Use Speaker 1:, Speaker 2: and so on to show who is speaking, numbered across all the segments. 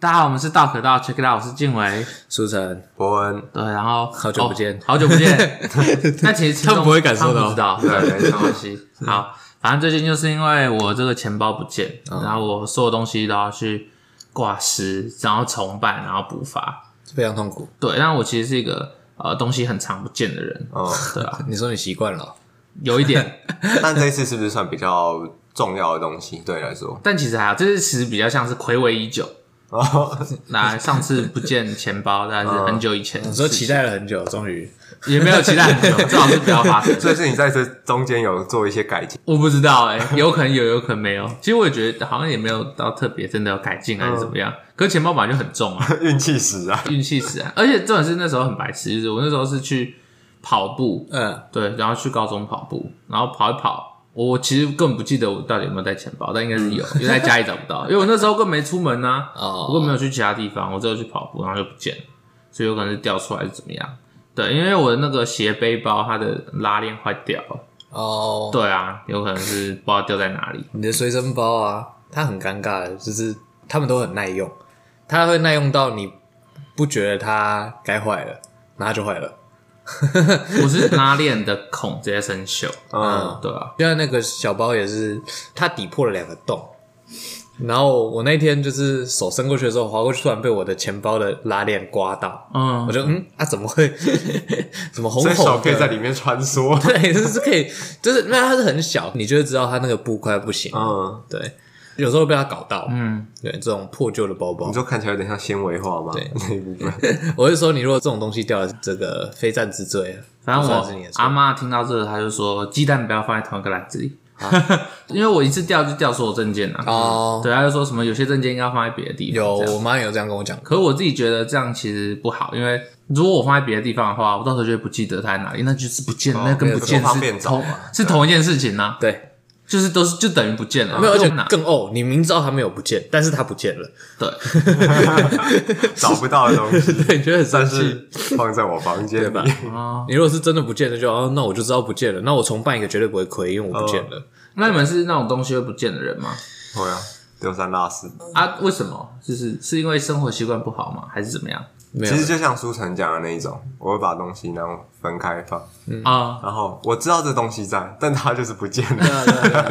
Speaker 1: 大家好，我们是道可道 Check It Out，我是静伟。
Speaker 2: 苏晨，
Speaker 3: 伯恩，
Speaker 1: 对，然后
Speaker 2: 好久不见
Speaker 1: 哦好久不见。 那其实
Speaker 2: 他们不会感受
Speaker 1: 到，
Speaker 2: 到
Speaker 1: 不知道，对，没关系。好，反正最近就是因为我这个钱包不见，然后我所有东西都要去挂失，然后重办，然后补发。
Speaker 2: 非常痛苦。
Speaker 1: 对，但我其实是一个呃东西很常不见的人，
Speaker 3: 哦，
Speaker 1: 对啊，
Speaker 2: 你说你习惯了，
Speaker 1: 有一点，
Speaker 3: 但这一次是不是算比较重要的东西对你来说？
Speaker 1: 但其实还好，这次其实比较像是暌违已久。
Speaker 3: 哦，
Speaker 1: 那上次不见钱包，大概是很久以前，
Speaker 2: 你说期待了很久，终于
Speaker 1: 也没有期待很久，最好是不要发生。
Speaker 3: 所以是你在这中间有做一些改进，
Speaker 1: 我不知道哎、有可能有，有可能没
Speaker 2: 嗯
Speaker 1: 有。其实我也觉得好像也没有到特别真的要改进啊还是怎么
Speaker 2: 嗯
Speaker 1: 样。可是钱包本来就很重 啊，
Speaker 3: 运气使啊。
Speaker 1: 运气使啊。而且重点是那时候很白痴，就是我那时候是去跑步，
Speaker 2: 嗯，
Speaker 1: 对，然后去高中跑步，然后跑一跑，我其实根本不记得我到底有没有带钱包，但应该是有，因为在家里找不 到，因为我那时候根本没出门啊，
Speaker 2: 嗯哦
Speaker 1: 我根本没有去其他地方，我只有去跑步，然后就不见了，所以有可能是掉出来是怎么样。对，因为我的那个斜背包它的拉链坏掉了，
Speaker 2: 哦，
Speaker 1: 对啊，有可能是不知道掉在哪里。
Speaker 2: 你的随身包啊，它很尴尬的，就是他们都很耐用，它会耐用到你不觉得它该坏了，那它就坏了。
Speaker 1: 我是拉链的孔直接生锈，
Speaker 3: 嗯，
Speaker 1: 对啊，
Speaker 2: 就像那个小包也是，它底破了两个洞。然后我那天就是手伸过去的时候，滑过去，突然被我的钱包的拉链刮到，
Speaker 1: 嗯
Speaker 2: 我，就嗯啊，怎么会？ 怎么红
Speaker 3: 所以
Speaker 2: 红
Speaker 3: 手
Speaker 2: 的？
Speaker 3: 可以在里面穿梭。
Speaker 2: 对，就是可以，就是那它是很小，你就会知道它那个布快不行。
Speaker 3: 嗯，
Speaker 2: 对，有时候被它搞到。
Speaker 1: 嗯，
Speaker 2: 对，这种破旧的包包
Speaker 3: 你，说看起来有点像纤维化吗？
Speaker 2: 对
Speaker 3: 那一部分，
Speaker 2: 我是说，你如果这种东西掉了，这个非战之罪啊。
Speaker 1: 反正
Speaker 2: 不算是你
Speaker 1: 我
Speaker 2: 的错
Speaker 1: 阿妈听到这个，她就说鸡蛋不要放在同一个篮子里， 因为我一次掉就掉所有证件了、啊。
Speaker 2: 啊哦，
Speaker 1: 对，她就说什么有些证件应该放在别的地方。
Speaker 2: 有，
Speaker 1: 这样
Speaker 2: 我妈也有这样跟我讲。
Speaker 1: 可是我自己觉得这样其实不好，因为如果我放在别的地方的话，我到时候就会不记得它在哪里，那就是不
Speaker 2: 哦
Speaker 1: 见，那跟不见
Speaker 3: 不方便
Speaker 1: 是
Speaker 3: 找
Speaker 1: 同
Speaker 3: 嘛
Speaker 1: 是同一件事情呐、啊，
Speaker 2: 对，
Speaker 1: 就是都是就等于不见了，
Speaker 2: 没有，而且
Speaker 1: 啊用哪
Speaker 2: 更哦，你明知道它没有不见，但是它不见了，
Speaker 1: 对。
Speaker 3: 找不到的东西，
Speaker 2: 对，你觉得很 生
Speaker 3: 但
Speaker 2: 气，
Speaker 3: 是放在我房间
Speaker 2: 对
Speaker 3: 里
Speaker 2: 吧。？
Speaker 1: 哦
Speaker 2: 你如果是真的不见了，就哦，那我就知道不见了，那我重办一个绝对不会亏，因为我不见了。
Speaker 1: 那你们是那种东西会不见的人吗？
Speaker 3: 对啊，丢三落四。
Speaker 1: 啊，为什么？就是是因为生活习惯不好吗？还是怎么样？
Speaker 2: 没有
Speaker 3: 其，实就像书城讲的那一种，我会把东西然后分开放，
Speaker 1: 啊、
Speaker 3: 然后我知道这东西在，但它就是不见了。
Speaker 2: 嗯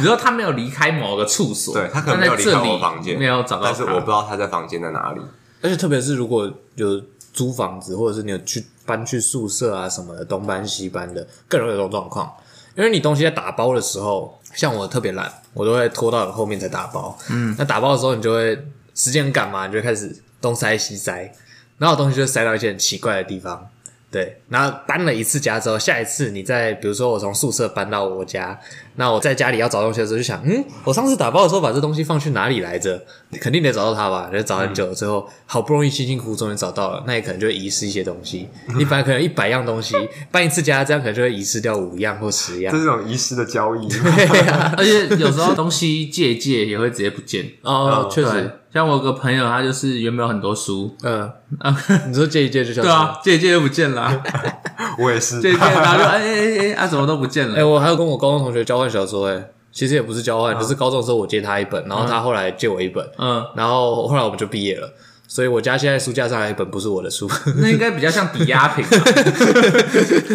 Speaker 1: 你说他没有离开某个处所，
Speaker 3: 对，它可能没有离开我房间，
Speaker 1: 没有找到它，
Speaker 3: 但是我不知道它在房间在哪里。
Speaker 2: 而且特别是如果有租房子，或者是你有去搬去宿舍啊什么的，东搬西搬的，更容易有这种状况。因为你东西在打包的时候，像我特别懒，我都会拖到很后面才打包。嗯，那打包的时候，你就会时间赶嘛，你就会开始东塞西塞，然后东西就塞到一些很奇怪的地方。对，然后搬了一次家之后，下一次你再比如说我从宿舍搬到我家，那我在家里要找东西的时候就想，嗯，我上次打包的时候把这东西放去哪里来着？肯定得找到它吧？就找很久，最后好不容易辛辛苦苦终于找到了，那也可能就会遗失一些东 西。你本来可能一百样东西，搬一次家，这样可能就会遗失掉五样或十 样
Speaker 3: 这。是一种遗失的 交易。
Speaker 1: 而且有时候东西借一借也会直接不见。
Speaker 2: 哦，确
Speaker 1: 对
Speaker 2: 实，，
Speaker 1: 像我有个朋友，他就是原本有很多书，
Speaker 2: 嗯，
Speaker 1: 啊，
Speaker 2: 你说借一借就消
Speaker 1: 对
Speaker 2: 失了。
Speaker 1: 啊，借一借就不见了啊、
Speaker 3: 我也是，
Speaker 1: 借一借，然后就哎哎哎，啊，什么都不见
Speaker 2: 哎、
Speaker 1: 了。
Speaker 2: 我还有跟我高中同学交换小说、哎，其实也不是交换，就是高中的时候我借他一本，然后他后来借我一本，
Speaker 1: 嗯，
Speaker 2: 然后后来我们就毕业了，所以我家现在书架上还有一本不是我的书。
Speaker 1: 那应该比较像抵押品、 啊，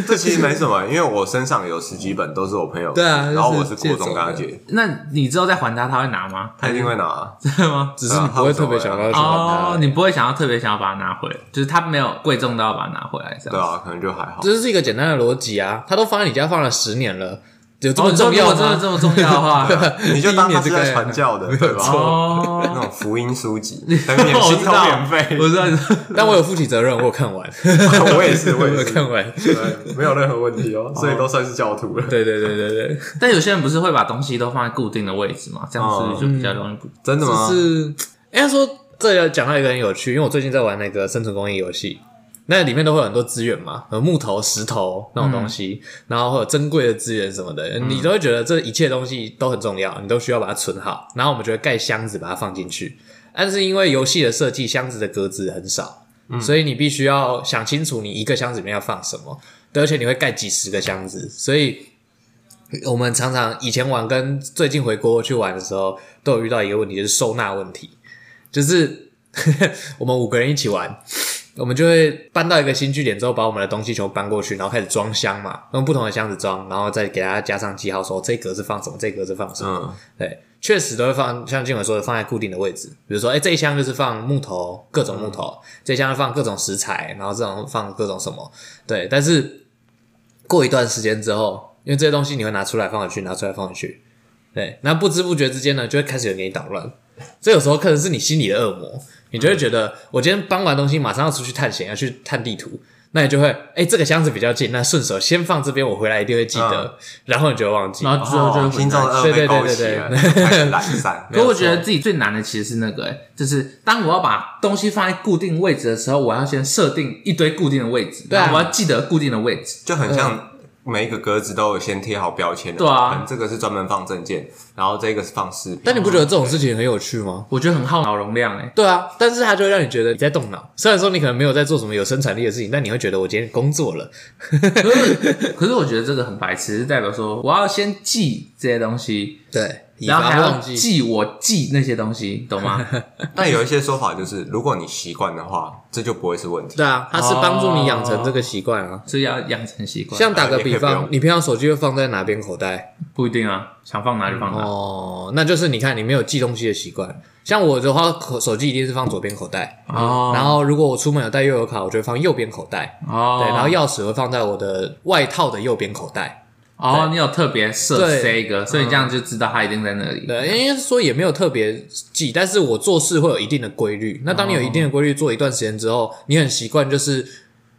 Speaker 3: 这其实没什么，因为我身上有十几本都是我朋友的，
Speaker 2: 对啊
Speaker 3: 然后我
Speaker 2: 就是是借
Speaker 3: 国中跟他借，
Speaker 1: 那你之后再还他，他会拿 吗？
Speaker 3: 他一定会拿。啊
Speaker 1: 真的吗？
Speaker 2: 只是你不会特别想要去
Speaker 1: 哦
Speaker 2: 还，它。
Speaker 1: 你不会想要特别想要把它拿回来，就是他没有贵重到要把它拿回来这
Speaker 3: 对
Speaker 1: 样。
Speaker 3: 啊，可能就还好。
Speaker 2: 这是一个简单的逻辑啊，它都放在你家放了十年了，有这么
Speaker 1: 哦
Speaker 2: 重要
Speaker 1: 如果真的
Speaker 2: 吗？
Speaker 1: 这么重要的 话，
Speaker 3: 你就当他
Speaker 2: 第
Speaker 3: 是
Speaker 2: 一年
Speaker 3: 在
Speaker 2: 这个
Speaker 3: 传教 的，对吧？那
Speaker 1: 哦，
Speaker 3: 种福音书籍，等免
Speaker 1: 我
Speaker 3: 薪
Speaker 1: 知
Speaker 3: 都
Speaker 1: 道
Speaker 3: 免费。
Speaker 2: 哦
Speaker 1: 我知道你 说，
Speaker 2: 但我有负起责任，我有看完，
Speaker 3: 我也是，我
Speaker 2: 我
Speaker 3: 也
Speaker 2: 有
Speaker 3: 是，
Speaker 2: 看完。
Speaker 3: 对，没有任何问 题哦，所以都算是教徒了。
Speaker 2: 对对对对对，
Speaker 1: 但有些人不是会把东西都放在固定的位置嘛，这样是不是就比较
Speaker 2: 哦嗯
Speaker 1: 容易不？
Speaker 3: 真的
Speaker 2: 就
Speaker 3: 吗？
Speaker 2: 是应该哎说这要讲到一个很有趣，因为我最近在玩那个生存工艺游戏。那里面都会有很多资源嘛，有木头、石头那种东西，
Speaker 3: 嗯
Speaker 2: 然后会有珍贵的资源什么的，你都会觉得这一切东西都很重要，你都需要把它存好。然后我们就会盖箱子把它放进去，但是因为游戏的设计，箱子的格子很少，
Speaker 3: 嗯
Speaker 2: 所以你必须要想清楚你一个箱子里面要放什么，对而且你会盖几十个箱子，所以我们常常以前玩跟最近回国去玩的时候，都有遇到一个问题，就是收纳问题。就是 我们五个人一起玩，我们就会搬到一个新据点之后，把我们的东西全部搬过去，然后开始装箱嘛，用不同的箱子装，然后再给它加上记号说这一格是放什么，这一格是放什么。
Speaker 3: 嗯，
Speaker 2: 对，确实都会放，像静文说的，放在固定的位置。比如说，哎、这一箱就是放木头，各种木头；
Speaker 1: 嗯
Speaker 2: 这一箱放各种食材，然后这种放各种什么。对，但是过一段时间之后，因为这些东西你会拿出来放回去，拿出来放回去。对，那不知不觉之间呢，就会开始有人给你捣乱。这有时候可能是你心里的恶魔，你就会觉得，我今天搬完东西，马上要出去探险，要去探地图。那你就会，哎、这个箱子比较近，那顺手先放这边，我回来一定会记得，然后你就会忘记。
Speaker 1: 嗯然后之后就会
Speaker 3: 哦
Speaker 1: 混
Speaker 3: 心中
Speaker 1: 在一
Speaker 3: 的
Speaker 1: 起。
Speaker 3: 恶被勾起了，
Speaker 2: 对
Speaker 3: 开始 懒散。
Speaker 1: 可我
Speaker 2: 错
Speaker 1: 觉得自己最难的其实是那个、欸，就是当我要把东西放在固定位置的时候，我要先设定一堆固定的位置，
Speaker 2: 对啊
Speaker 1: 然后我要记得固定的位置。
Speaker 3: 就很
Speaker 2: 嗯
Speaker 3: 像每一个格子都有先贴好标签的，
Speaker 1: 对啊
Speaker 3: 可能这个是专门放证件，然后这个是放饰品。
Speaker 2: 但你不觉得这种事情很有趣吗？
Speaker 1: 我觉得很耗脑容量哎、欸
Speaker 2: 对啊，但是它就会让你觉得你在动脑。虽然说你可能没有在做什么有生产力的事情，但你会觉得我今天工作了。
Speaker 1: 可是可是我觉得这个很白痴，是代表说我要先记这些东西，
Speaker 2: 对，以
Speaker 1: 然后还
Speaker 2: 防
Speaker 1: 要
Speaker 2: 忘记。
Speaker 1: 记我记那些东西，懂 吗？
Speaker 3: 但有一些说法就是，如果你习惯的话，这就不会是问题。
Speaker 2: 对啊，它是帮助你养成这个习惯啊。
Speaker 1: 所以要养成习惯。
Speaker 2: 像打个比
Speaker 3: 也可以不
Speaker 2: 方
Speaker 3: 用，
Speaker 2: 你平常手机会放在哪边口袋？
Speaker 1: 不一定啊，想放哪就放哪。
Speaker 2: 哦，那就是你看你没有记东西的习惯。像我的话，口手机一定是放左边口袋，
Speaker 1: 哦，
Speaker 2: 嗯然后如果我出门有带悠游卡，我就会放右边口袋。
Speaker 1: 哦，
Speaker 2: 对，然后钥匙会放在我的外套的右边口袋。
Speaker 1: 哦，你有特别设
Speaker 2: 对嗯
Speaker 1: 这个，所以你这样就知道它一定在那里。
Speaker 2: 对，因为说也没有特别记，但是我做事会有一定的规律。那当你有一定的规律做一段时间之后，你很习惯，就是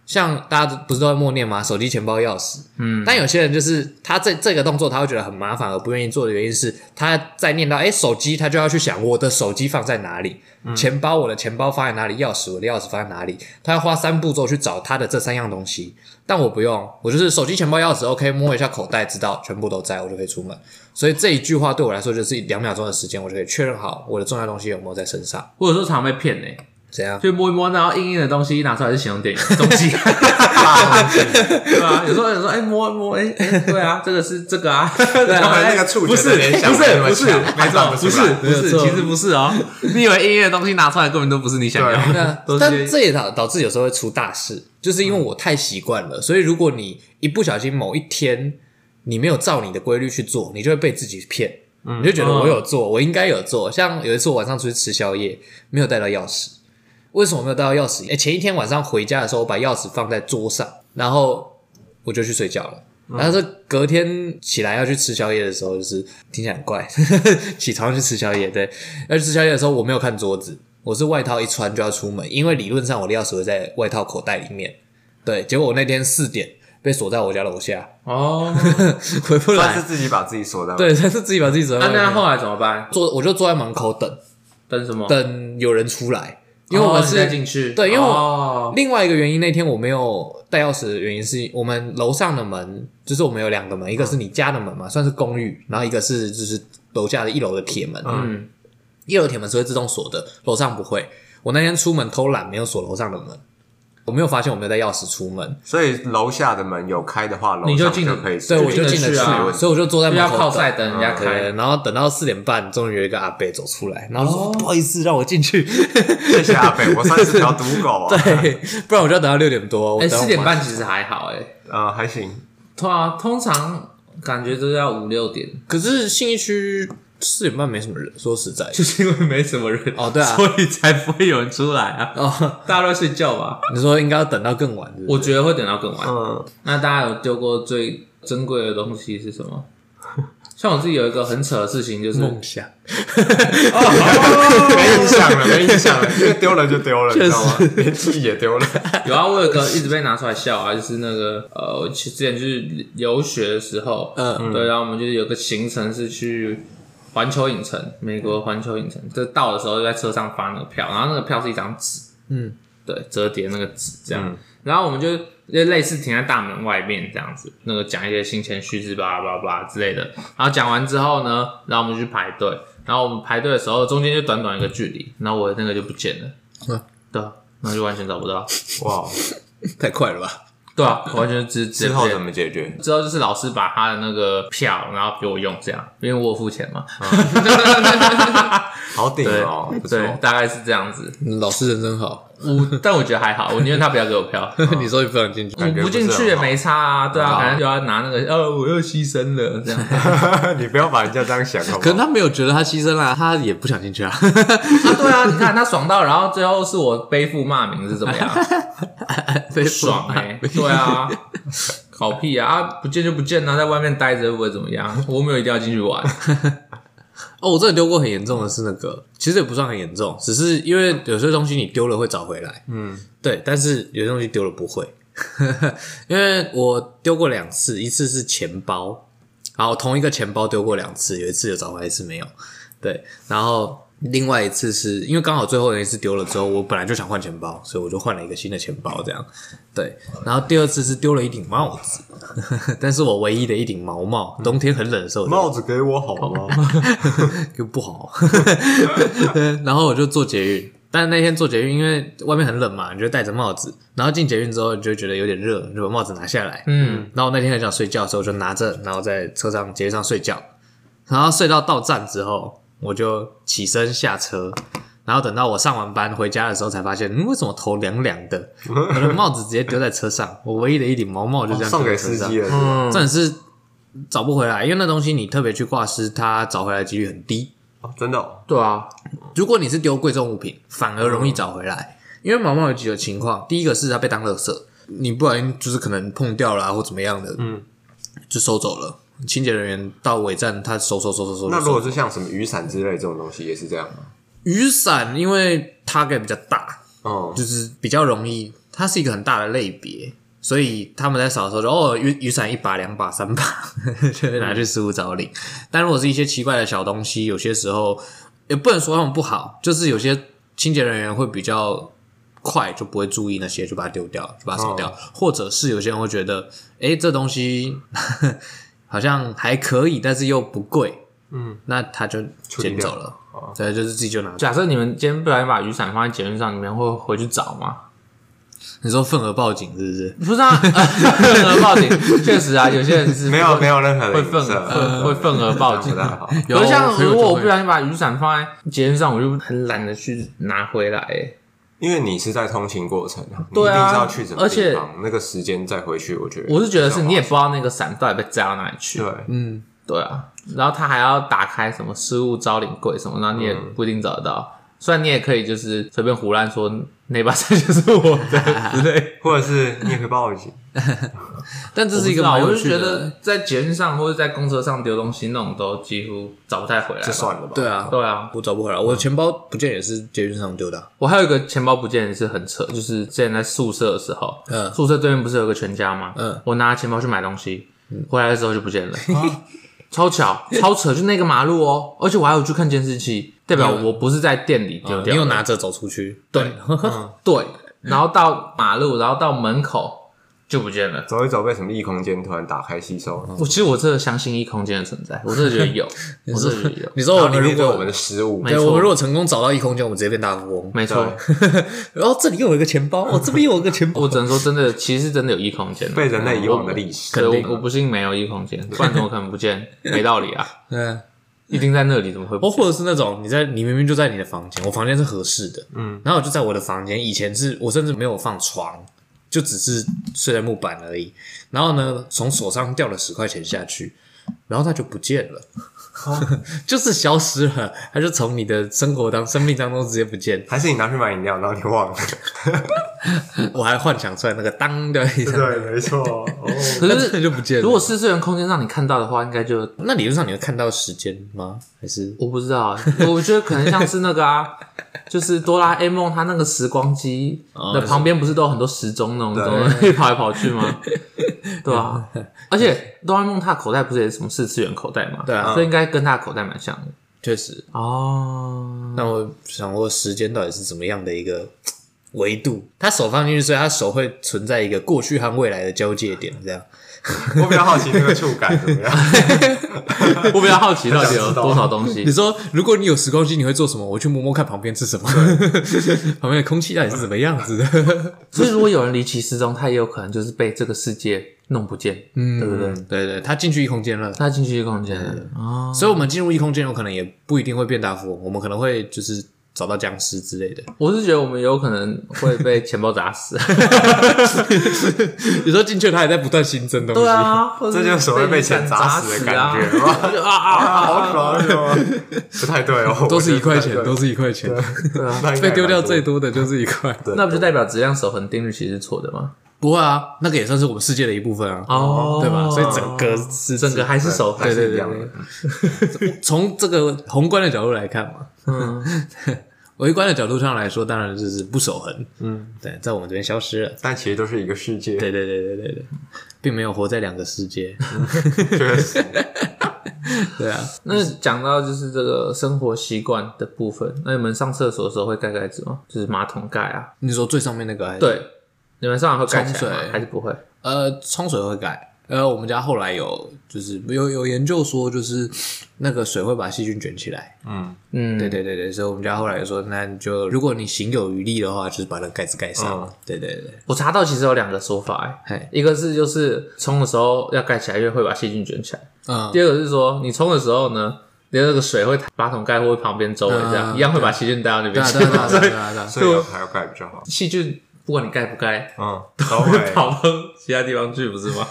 Speaker 2: 像大家不是都在默念吗？手机、钱包、钥匙。嗯，但有些人就是他这这个动作他会觉得很麻烦而不愿意做的原因是他在念到哎、诶手机，他就要去想我的手机放在哪里，钱包我的钱包放在哪里，钥匙我的钥匙放在哪里，他要花三步骤去找他的这三样东西。但我不用，我就是手机、钱包、钥匙，OK，摸一下口袋，知道全部都在，我就可以出门。所以这一句话对我来说就是两秒钟的时间，我就可以确认好我的重要东西有没有在身上。
Speaker 1: 或者说常被骗呢、
Speaker 2: 怎样？
Speaker 1: 就摸一摸，然后硬硬的东西一拿出来是形容电影东西，对啊，有时候有时候哎、摸一摸哎、哎对啊，这个是这个啊， 对
Speaker 3: 要
Speaker 1: 啊
Speaker 3: 不， 然那个触觉
Speaker 1: 不是
Speaker 3: 的联想
Speaker 1: 不
Speaker 3: 没
Speaker 1: 是
Speaker 3: 那么
Speaker 1: 不是，
Speaker 3: 强
Speaker 1: 没错，
Speaker 3: 判断不
Speaker 1: 不
Speaker 3: 出
Speaker 1: 是
Speaker 3: 来
Speaker 1: 不是，其实不是哦，你以为硬硬的东西拿出来根本都不是你想要
Speaker 3: 对
Speaker 1: 的，啊 都
Speaker 2: 啊但
Speaker 1: 是嗯
Speaker 2: 这也导导致有时候会出大事，就是因为我太习惯了。所以如果你一不小心某一天你没有照你的规律去做，你就会被自己骗。你就觉得我有做，我应该有做。像有一次我晚上出去吃宵夜，没有带到钥匙。为什么没有带到钥匙？诶，前一天晚上回家的时候，我把钥匙放在桌上，然后我就去睡觉了。然后是隔天起来要去吃宵夜的时候，就是听起来很怪， 起床去吃宵夜。对，要去吃宵夜的时候，我没有看桌子，我是外套一穿就要出门，因为理论上我的钥匙会在外套口袋里面。对，结果我那天四点被锁在我家楼下，
Speaker 1: 哦，
Speaker 2: 回不
Speaker 3: 算是
Speaker 2: 来。
Speaker 3: 自己把自己锁在。，
Speaker 2: 对，他是自己把自己锁在哦
Speaker 1: 那
Speaker 2: 外
Speaker 1: 那
Speaker 2: 面。
Speaker 1: 后来怎么办？
Speaker 2: 坐，我就坐在门口等
Speaker 1: 等什么？
Speaker 2: 等有人出来，因为我们
Speaker 1: 哦你
Speaker 2: 是、
Speaker 1: 再进去，哦
Speaker 2: 对因为我
Speaker 1: 我
Speaker 2: 另外一个原因，那天我没有带钥匙的原因是我们楼上的门，就是我们有两个门，一个是你家的门嘛，算是公寓，然后一个是就是楼下的一楼的铁门，
Speaker 1: 嗯，
Speaker 2: 一楼铁门是会自动锁的，楼上不会。我那天出门偷懒，没有锁楼上的门，我没有发现我没有带钥匙出门，
Speaker 3: 所以楼下的门有开的话，楼
Speaker 1: 你就
Speaker 3: 上
Speaker 1: 进
Speaker 3: 可以
Speaker 2: 所以我就进
Speaker 1: 进得
Speaker 2: 得
Speaker 1: 去啊
Speaker 2: 所以我就坐在
Speaker 1: 就
Speaker 2: 门
Speaker 1: 要
Speaker 2: 口
Speaker 1: 靠
Speaker 2: 等
Speaker 1: 赛等人家
Speaker 2: 对，
Speaker 1: 开，
Speaker 2: 然后等到四点半，终于有一个阿伯走出来，然后说、不好意思，让我进去。
Speaker 3: 谢谢阿哎北，我算是条赌狗啊。
Speaker 2: 对， 不然我就要等到六点多。我
Speaker 1: 哎，
Speaker 2: 等
Speaker 1: 四
Speaker 2: 我
Speaker 1: 点
Speaker 2: 妈
Speaker 1: 半其实还好哎，
Speaker 3: 呃，还行，
Speaker 1: 对啊，通常感觉都要五六点。
Speaker 2: 可是信义区四点半没什么人，说实在的
Speaker 1: 就是因为没什么人
Speaker 2: 哦对啊
Speaker 1: 所以才不会有人出来啊，
Speaker 2: 哦，
Speaker 1: 大家都在睡觉吧？
Speaker 2: 你说应该要等到更晚是不是
Speaker 1: 我觉得会等到更晚。
Speaker 3: 嗯，
Speaker 1: 那大家有丢过最珍贵的东西是什么？像我自己有一个很扯的事情，就是
Speaker 2: 梦想
Speaker 3: 没印象 了，没印象了，因为丢了就丢了，你知道吗？连记忆也丢了。
Speaker 1: 有啊，我有一个一直被拿出来笑啊，就是那个呃，我其之前去留学的时候，
Speaker 2: 嗯，
Speaker 1: 对，然后我们就是有个行程是去环球影城，美国环球影城，就到的时候就在车上发那个票，然后那个票是一张纸，
Speaker 2: 嗯，
Speaker 1: 对，折叠那个纸这样，
Speaker 3: 嗯
Speaker 1: 然后我们就就类似停在大门外面这样子，那个讲一些新鲜须知吧吧吧之类的，然后讲完之后呢，然后我们就去排队，然后我们排队的时候中间就短短一个距离，然后我的那个就不见了，
Speaker 2: 嗯
Speaker 1: 对啊，然后就完全找不到，
Speaker 3: 哇，
Speaker 2: 太快了吧？
Speaker 1: 对啊，我完全直直接
Speaker 3: 之
Speaker 1: 不
Speaker 3: 后
Speaker 1: 见
Speaker 3: 怎么解决？
Speaker 1: 之后就是老师把他的那个票，然后给我用，这样，因为我有付钱嘛。
Speaker 3: 好顶
Speaker 1: 对
Speaker 3: 嗯哦，不错。
Speaker 1: 对，大概是这样子。
Speaker 2: 嗯老师人真好。
Speaker 1: 我但我觉得还好，我宁愿他不要给我 票。
Speaker 2: 你说你不想进去，
Speaker 1: 我
Speaker 3: 觉
Speaker 1: 不
Speaker 3: 不是
Speaker 1: 进去也
Speaker 3: 很好哦
Speaker 1: 没差啊，对啊，
Speaker 2: 好
Speaker 1: 反正就要拿那个，呃，我又牺牲了 这样。啊
Speaker 3: 你不要把人家这样想，好不
Speaker 2: 可能
Speaker 3: 好？
Speaker 2: 他没有觉得他牺牲啦，他也不想进去啊。
Speaker 1: 啊对啊，你看他爽到，然后最后是我背负骂名是怎 么样？爽哎、对啊，搞屁啊！啊不见就不见啊，在外面待着又不会怎么样，我没有一定要进去玩。
Speaker 2: 哦，我真的丢过很严重的是那个，其实也不算很严重，只是因为有些东西你丢了会找回来，嗯，对，但是有些东西丢了不会， 因为我丢过两次，一次是钱包，然后同一个钱包丢过两次，有一次有找回来，一次没有，对，然后。另外一次是因为刚好最后那一次丢了之后，我本来就想换钱包，所以我就换了一个新的钱包，这样对。然后第二次是丢了一顶帽子， 但是我唯一的一顶毛帽，冬天很冷的时候我就
Speaker 3: 帽子给我好吗？
Speaker 2: 又不好。 然后我就坐捷运，但那天坐捷运，因为外面很冷嘛，你就戴着帽子，然后进捷运之后，你就会觉得有点热，你就把帽子拿下来。
Speaker 1: 嗯，
Speaker 2: 然后我那天很想睡觉的时候，我就拿着，然后在车上捷运上睡觉，然后睡到到站之后，我就起身下车。然后等到我上完班回家的时候，才发现，嗯，为什么头凉凉 的？我的帽子直接丢在车上，我唯一的一顶毛帽就这样丢
Speaker 3: 送
Speaker 2: 在
Speaker 3: 哦给
Speaker 2: 车
Speaker 3: 司
Speaker 2: 上
Speaker 3: 机。了是吧，
Speaker 2: 重点是找不回来，因为那东西你特别去挂失，它找回来的几率很低。
Speaker 3: 哦真的哦
Speaker 1: 对啊，
Speaker 2: 如果你是丢贵重物品，反而容易找回来，因为毛毛有几个情况，第一个是它被当垃圾，你不小心就是可能碰掉了、或怎么样的，嗯，就收走了。清洁人员到尾站，他收收收收收。
Speaker 3: 那
Speaker 2: 就
Speaker 3: 如
Speaker 2: 收
Speaker 3: 果是像什么雨伞之类这种东西，也是这样吗？
Speaker 2: 雨伞，因为它给比较大，
Speaker 3: 哦，
Speaker 2: 就是比较容易，它是一个很大的类别，所以他们在扫的时候就哦，雨雨伞一把、两把、三把， 就会拿
Speaker 1: 嗯
Speaker 2: 去事务找领。但如果是一些奇怪的小东西，有些时候也不能说他们不好，就是有些清洁人员会比较快，就不会注意那些，就把它丢掉，就把它扫掉，
Speaker 1: 哦
Speaker 2: 或者是有些人会觉得，诶、这东西好像还可以，但是又不贵，嗯，那他就捡走了，
Speaker 1: 哦
Speaker 2: 对，就是自己就拿走。
Speaker 1: 假设你们今天不小心把雨伞放在捷运上，你们会回去找吗？
Speaker 2: 你说份额报警是不是？
Speaker 1: 不是 啊，呃、报警确实啊，有些人是
Speaker 3: 没有没有任何的
Speaker 1: 会
Speaker 3: 影
Speaker 1: 份
Speaker 3: 射
Speaker 1: 额会份额报警
Speaker 3: 不太好。
Speaker 1: 可是像如果我不
Speaker 2: 然。
Speaker 1: 小心把雨伞放在捷运上，我就很懒得去拿回来、欸。
Speaker 3: 因为你是在通勤过程啊，
Speaker 1: 对啊
Speaker 3: 你一定是要去什么
Speaker 1: 而且
Speaker 3: 地方，那个时间再回去，我觉得
Speaker 1: 我是觉得是你也不知道那个伞到底被摘到哪里去。
Speaker 3: 啊对，
Speaker 2: 嗯
Speaker 1: 对啊，然后他还要打开什么失物招领柜什么，然后你也
Speaker 3: 嗯
Speaker 1: 不一定找得到。虽然你也可以就是随便胡乱说那把伞就是我 的之类，
Speaker 3: 或者是你也可以报警，
Speaker 2: 但这
Speaker 1: 这
Speaker 2: 是一个蛮
Speaker 1: 我
Speaker 2: 有
Speaker 1: 就
Speaker 2: 趣
Speaker 1: 觉
Speaker 2: 的，
Speaker 1: 得在捷运上或者在公车上丢东西那种都几乎找不太回来吧。
Speaker 3: 就算了吧。
Speaker 2: 对啊，
Speaker 1: 对啊，
Speaker 2: 我找不回来，我的钱包不见也是捷运上丢的啊、
Speaker 1: 我还有一个钱包不见也是很扯，就是之前在宿舍的时候，
Speaker 2: 嗯
Speaker 1: 宿舍对面不是有个全家吗？
Speaker 2: 嗯，
Speaker 1: 我拿钱包去买东西，回来的时候就不见了，
Speaker 2: 啊
Speaker 1: 超巧，超扯，就那个马路哦，而且我还有去看监视器，代表我不是在店里丢掉的，
Speaker 2: 你有拿着走出去？对，嗯
Speaker 1: 对，然后到马路，然后到门口就不见了。
Speaker 3: 走一走，被什么异空间突然打开吸收，
Speaker 1: 我其实我真的相信异空间的存在，我真的觉得 有，我真的觉得有，
Speaker 2: 你说我
Speaker 3: 然后
Speaker 2: 们
Speaker 3: 里
Speaker 2: 如
Speaker 3: 面就
Speaker 2: 果
Speaker 3: 我们的失误，
Speaker 1: 没
Speaker 2: 对，
Speaker 1: 错
Speaker 2: 我们如果成功找到异空间，我们直接变大富翁。
Speaker 1: 没错。
Speaker 2: 然后这里又有一个钱包，哦我、这边又有一个钱包，
Speaker 1: 我只能说，真的，其实真的有异空间啊，
Speaker 3: 被人类遗忘的历史。
Speaker 1: 对，
Speaker 2: 肯定
Speaker 1: 我我不信没有异空间，不然怎么可能不 见？没道理啊，
Speaker 2: 嗯，
Speaker 1: 一定在那里，怎么会不
Speaker 2: 哦，或者是那种你在你明明就在你的房间，我房间是合适的，嗯，然后我就在我的房间，以前是我甚至没有放床，就只是睡在木板而已。然后呢，从手上掉了十块钱下去，然后它就不见了，
Speaker 1: 哦
Speaker 2: 就是消失了，它就从你的生活当生命当中直接不见。
Speaker 3: 还是你拿去买饮料，然后你忘了？
Speaker 2: 我还幻想出来那个当的一声，
Speaker 3: 对，没错。哦，
Speaker 1: 可
Speaker 2: 但真的
Speaker 1: 是
Speaker 2: 就不见了。
Speaker 1: 如果四次元空间让你看到的话，应该就
Speaker 2: 那理论上你会看到时间吗？还是
Speaker 1: 我不知道啊，我觉得可能像是那个啊，就是哆啦 A 梦它那个时光机那旁边哦不是都有很多时钟那种
Speaker 3: 对
Speaker 1: 东西跑来跑去 吗？对啊，而且哆啦 A 梦它的口袋不是也是什么四次元口袋嘛？
Speaker 2: 对啊
Speaker 1: 这应该跟它的口袋蛮像的
Speaker 2: 确实？
Speaker 1: 哦。
Speaker 2: 那我想过时间到底是怎么样的一个维度？他手放进去，所以他手会存在一个过去和未来的交界点，这样。
Speaker 3: 我比较好奇那个触感怎 么样。
Speaker 1: 我比较好奇到底有
Speaker 3: 很想知道啊
Speaker 1: 多少东西
Speaker 2: 你。说，如果你有时光机，你会做什么？我去摸摸看旁边是什么， 旁边的空气到底是什么样子的？
Speaker 1: 所以如果有人离奇失踪，他也有可能就是被这个世界弄不见，嗯，对不对？
Speaker 2: 对对，他进去异空间了，
Speaker 1: 他进去一个空间了哦，
Speaker 2: 所以我们进入异空间，有可能也不一定会变大富翁，我们可能会就是找到僵尸之类的。
Speaker 1: 我是觉得我们有可能会被钱包砸死。
Speaker 2: 有时候进去，他还在不断新增东西。
Speaker 1: 对， 啊，或者是
Speaker 3: 这就是所谓被钱砸
Speaker 1: 砸
Speaker 3: 死的
Speaker 1: 啊
Speaker 3: 感觉吗？
Speaker 1: 就啊啊啊！
Speaker 3: 啊，好爽哦！ 不太对哦，
Speaker 2: 都是一块钱
Speaker 3: 我觉，得
Speaker 2: 都是一块钱，
Speaker 3: 不 太对
Speaker 2: 被丢掉最多的就是一块。
Speaker 3: 对
Speaker 1: 那不就代表质量守恒定律其实是错的吗？
Speaker 2: 不会啊，那个也算是我们世界的一部分啊，
Speaker 1: 哦
Speaker 2: 对吧？所以整个是
Speaker 1: 整个还是守恒，
Speaker 3: 还是一
Speaker 2: 对
Speaker 3: 样的。
Speaker 2: 从这个宏观的角度来看嘛，
Speaker 1: 嗯，
Speaker 2: 微观的角度上来说，当然就是不守恒。嗯，对，在我们这边消失了。
Speaker 3: 但其实都是一个世界，
Speaker 2: 对对对对对对，并没有活在两个世界。
Speaker 3: 确实
Speaker 2: 对啊，
Speaker 1: 那讲到就是这个生活习惯的部分，那你们上厕所的时候会盖盖子吗？就是马桶盖啊？
Speaker 2: 你说最上面那个还是，
Speaker 1: 对，你们上完会盖起来
Speaker 2: 冲
Speaker 1: 吗
Speaker 2: 水
Speaker 1: 还是不会？
Speaker 2: 呃，冲水会改。呃，我们家后来有就是有有研究说，就是那个水会把细菌卷起来。
Speaker 1: 嗯，
Speaker 2: 对对对对，所以我们家后来有说，那你就如果你行有余力的话，就是把那个盖子盖上。
Speaker 3: 嗯
Speaker 2: 对对对，
Speaker 1: 我查到其实有两个说法、
Speaker 2: 嘿
Speaker 1: 欸，一个是就是冲的时候要盖起来，因为会把细菌卷起来；
Speaker 2: 嗯，
Speaker 1: 第二个是说你冲的时候呢，你的那个水会马桶盖或旁边周围这样，
Speaker 2: 嗯
Speaker 1: 一样会把细菌带到那
Speaker 2: 对
Speaker 1: 边
Speaker 2: 啊
Speaker 1: 去 所以
Speaker 2: 对啊对啊。对啊对啊对啊，
Speaker 3: 所以有还要盖比较 好。
Speaker 1: 细菌不管你盖不盖，
Speaker 3: 嗯，稍
Speaker 2: Oh,
Speaker 1: 会
Speaker 3: 微
Speaker 1: 跑到其他地方去，不是吗？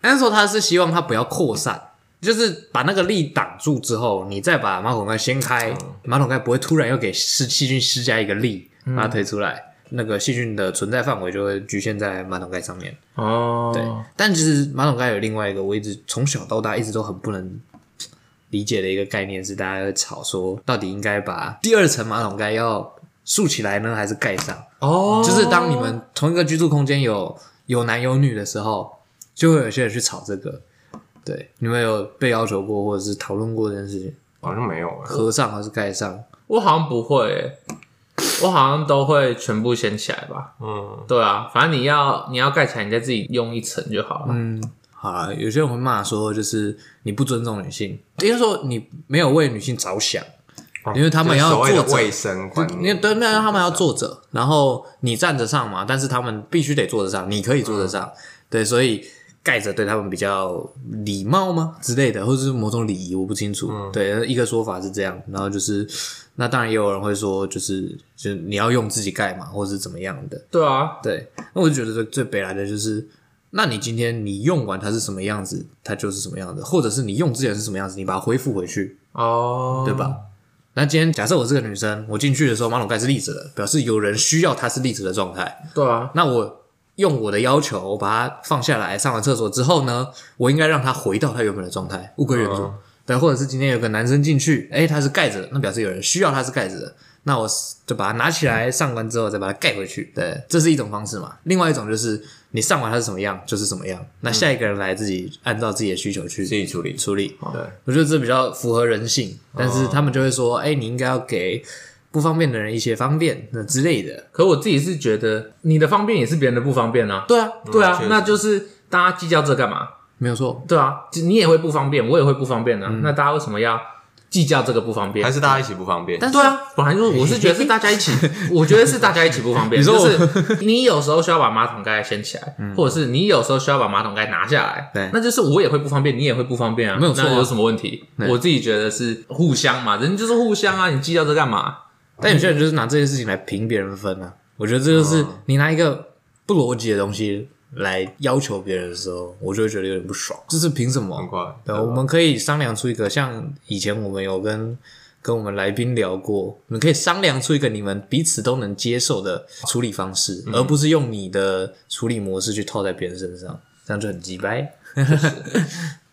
Speaker 2: 那时候他是希望它不要扩散，就是把那个力挡住之后，你再把马桶盖掀开，
Speaker 3: 嗯
Speaker 2: 马桶盖不会突然又给湿细菌施加一个力，把它推出来，那个细菌的存在范围就会局限在马桶盖上面。
Speaker 1: 哦，
Speaker 2: 对，
Speaker 3: 嗯
Speaker 2: 但其实马桶盖有另外一个我一直从小到大一直都很不能。理解的一个概念是，大家会吵说，到底应该把第二层马桶盖要竖起来呢，还是盖上？
Speaker 1: 哦，
Speaker 2: 就是当你们同一个居住空间有有男有女的时候，就会有些人去吵这个。对，你们有被要求过或者是讨论过这件事情？
Speaker 3: 好像没有啊。
Speaker 2: 合上还是盖上？
Speaker 1: 我好像不会、欸，我好像都会全部掀起来吧。
Speaker 3: 嗯，
Speaker 1: 对啊，反正你要你要盖起来，你再自己用一层就好了。
Speaker 2: 嗯，好啦，有些人会骂说，就是你不尊重女性，应该说你没有为女性着想，因为他们要
Speaker 3: 哦就是所谓的
Speaker 2: 坐着
Speaker 3: 卫生观
Speaker 2: 因为
Speaker 3: 念，
Speaker 2: 对面他们要坐着，然后你站着上嘛，但是他们必须得坐得上，你可以坐得上，对，所以盖着对他们比较礼貌吗之类的，或者是某种礼仪，我不清楚。对，一个说法是这样，然后就是那当然也有人会说，就是就是你要用自己盖嘛，或者是怎么样的，
Speaker 1: 对啊，
Speaker 2: 对。那我就觉得最最北来的就是。那你今天你用完它是什么样子，它就是什么样子，或者是你用之前是什么样子，你把它恢复回去，
Speaker 1: 哦，
Speaker 2: 对？吧？那今天假设我是个女生，我进去的时候马桶盖是立着的，表示有人需要它是立着的状态。
Speaker 1: 对啊，
Speaker 2: 那我用我的要求，我把它放下来，上完厕所之后呢，我应该让它回到它原本的状态，物归原主。
Speaker 3: 哦
Speaker 2: 对，或者是今天有个男生进去，哎、他是盖着的，那表示有人需要他是盖着的，那我就把它拿起来，上完之后再把它盖回去。对，这是一种方式嘛。另外一种就是你上完它是什么样，就是什么样。那下一个人来自己按照自己的需求去
Speaker 3: 嗯自己处理。
Speaker 2: 处理。
Speaker 3: 哦对，
Speaker 2: 我觉得这比较符合人性，
Speaker 1: 哦
Speaker 2: 但是他们就会说，哎、你应该要给不方便的人一些方便，那之类的。
Speaker 1: 可我自己是觉得你的方便也是别人的不方便啊。
Speaker 2: 对啊，
Speaker 1: 对啊
Speaker 3: 确，实
Speaker 1: 那就是大家计较这干嘛？
Speaker 2: 没有错。
Speaker 1: 对啊，就你也会不方便，我也会不方便啊。那大家为什么要计较这个不方便
Speaker 3: 还？是大家一起不方便。
Speaker 2: 但是
Speaker 1: 对啊，本来就是我是觉得是大家一 起，我觉得是大家一起不方便。
Speaker 2: 你说 我
Speaker 1: 就是你有时候需要把马桶盖掀起来，或者是你有时候需要把马桶盖拿下来，
Speaker 2: 对
Speaker 1: 那就是我也会不方便，你也会不方便啊，
Speaker 2: 没有错啊
Speaker 1: 那有什么问题？
Speaker 2: 对
Speaker 1: 我自己觉得是互相嘛，人就是互相啊，你计较这干嘛？
Speaker 2: 但有些人就是拿这些事情来评别人分啊，我觉得这就是
Speaker 3: 哦
Speaker 2: 你拿一个不逻辑的东西来要求别人的时候，我就会觉得有点不爽。就是凭什
Speaker 3: 很
Speaker 2: 么？
Speaker 3: 快，
Speaker 2: 对，啊我们可以商量出一个，像以前我们有跟跟我们来宾聊过，你们可以商量出一个你们彼此都能接受的处理方式，
Speaker 3: 嗯
Speaker 2: 而不是用你的处理模式去套在别人身上，这样就很鸡掰。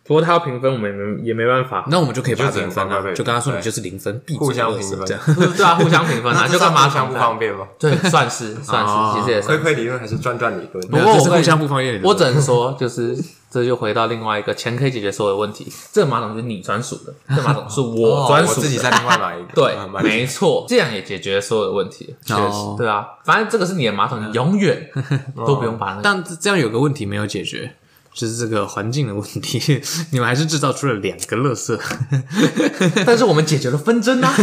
Speaker 1: 不过他要评分，我们也没也没办法，
Speaker 2: 那我们就可以把它
Speaker 3: 就只
Speaker 2: 零
Speaker 3: 能
Speaker 2: 分
Speaker 3: 乖
Speaker 2: 啊
Speaker 3: 乖，被
Speaker 2: 就跟他说
Speaker 3: 对
Speaker 2: 你就是零分，闭
Speaker 3: 互
Speaker 2: 嘴
Speaker 3: 相
Speaker 2: 垃圾
Speaker 3: 评分
Speaker 2: 这样。
Speaker 1: 对啊，互相评分啊，
Speaker 3: 那
Speaker 1: 就干嘛
Speaker 3: 互相不方？便吗？
Speaker 1: 对，算是 算是，其实也算
Speaker 3: 回馈理论还是转转理论？
Speaker 1: 不过我
Speaker 2: 这是
Speaker 1: 会
Speaker 2: 互相不方便的。
Speaker 1: 我只能说，就是这就回到另外一个钱可以解决所有问题。这个马桶就是你专属的，这个马桶是我
Speaker 3: 哦
Speaker 1: 专
Speaker 3: 我
Speaker 1: 属
Speaker 3: 自己
Speaker 1: 的。
Speaker 3: 再另 外买一个。
Speaker 1: 对
Speaker 3: 嗯，买一个
Speaker 1: 没错，这样也解决所有的问题。确
Speaker 2: 哦
Speaker 1: 实，对
Speaker 3: 嗯 哦
Speaker 1: 啊，反正这个是你的马桶，你永远都不用把那个。
Speaker 2: 但这样有个问题没有解决，就是这个环境的问题， 你们还是制造出了两个垃圾。
Speaker 1: 但是我们解决了纷争 啊。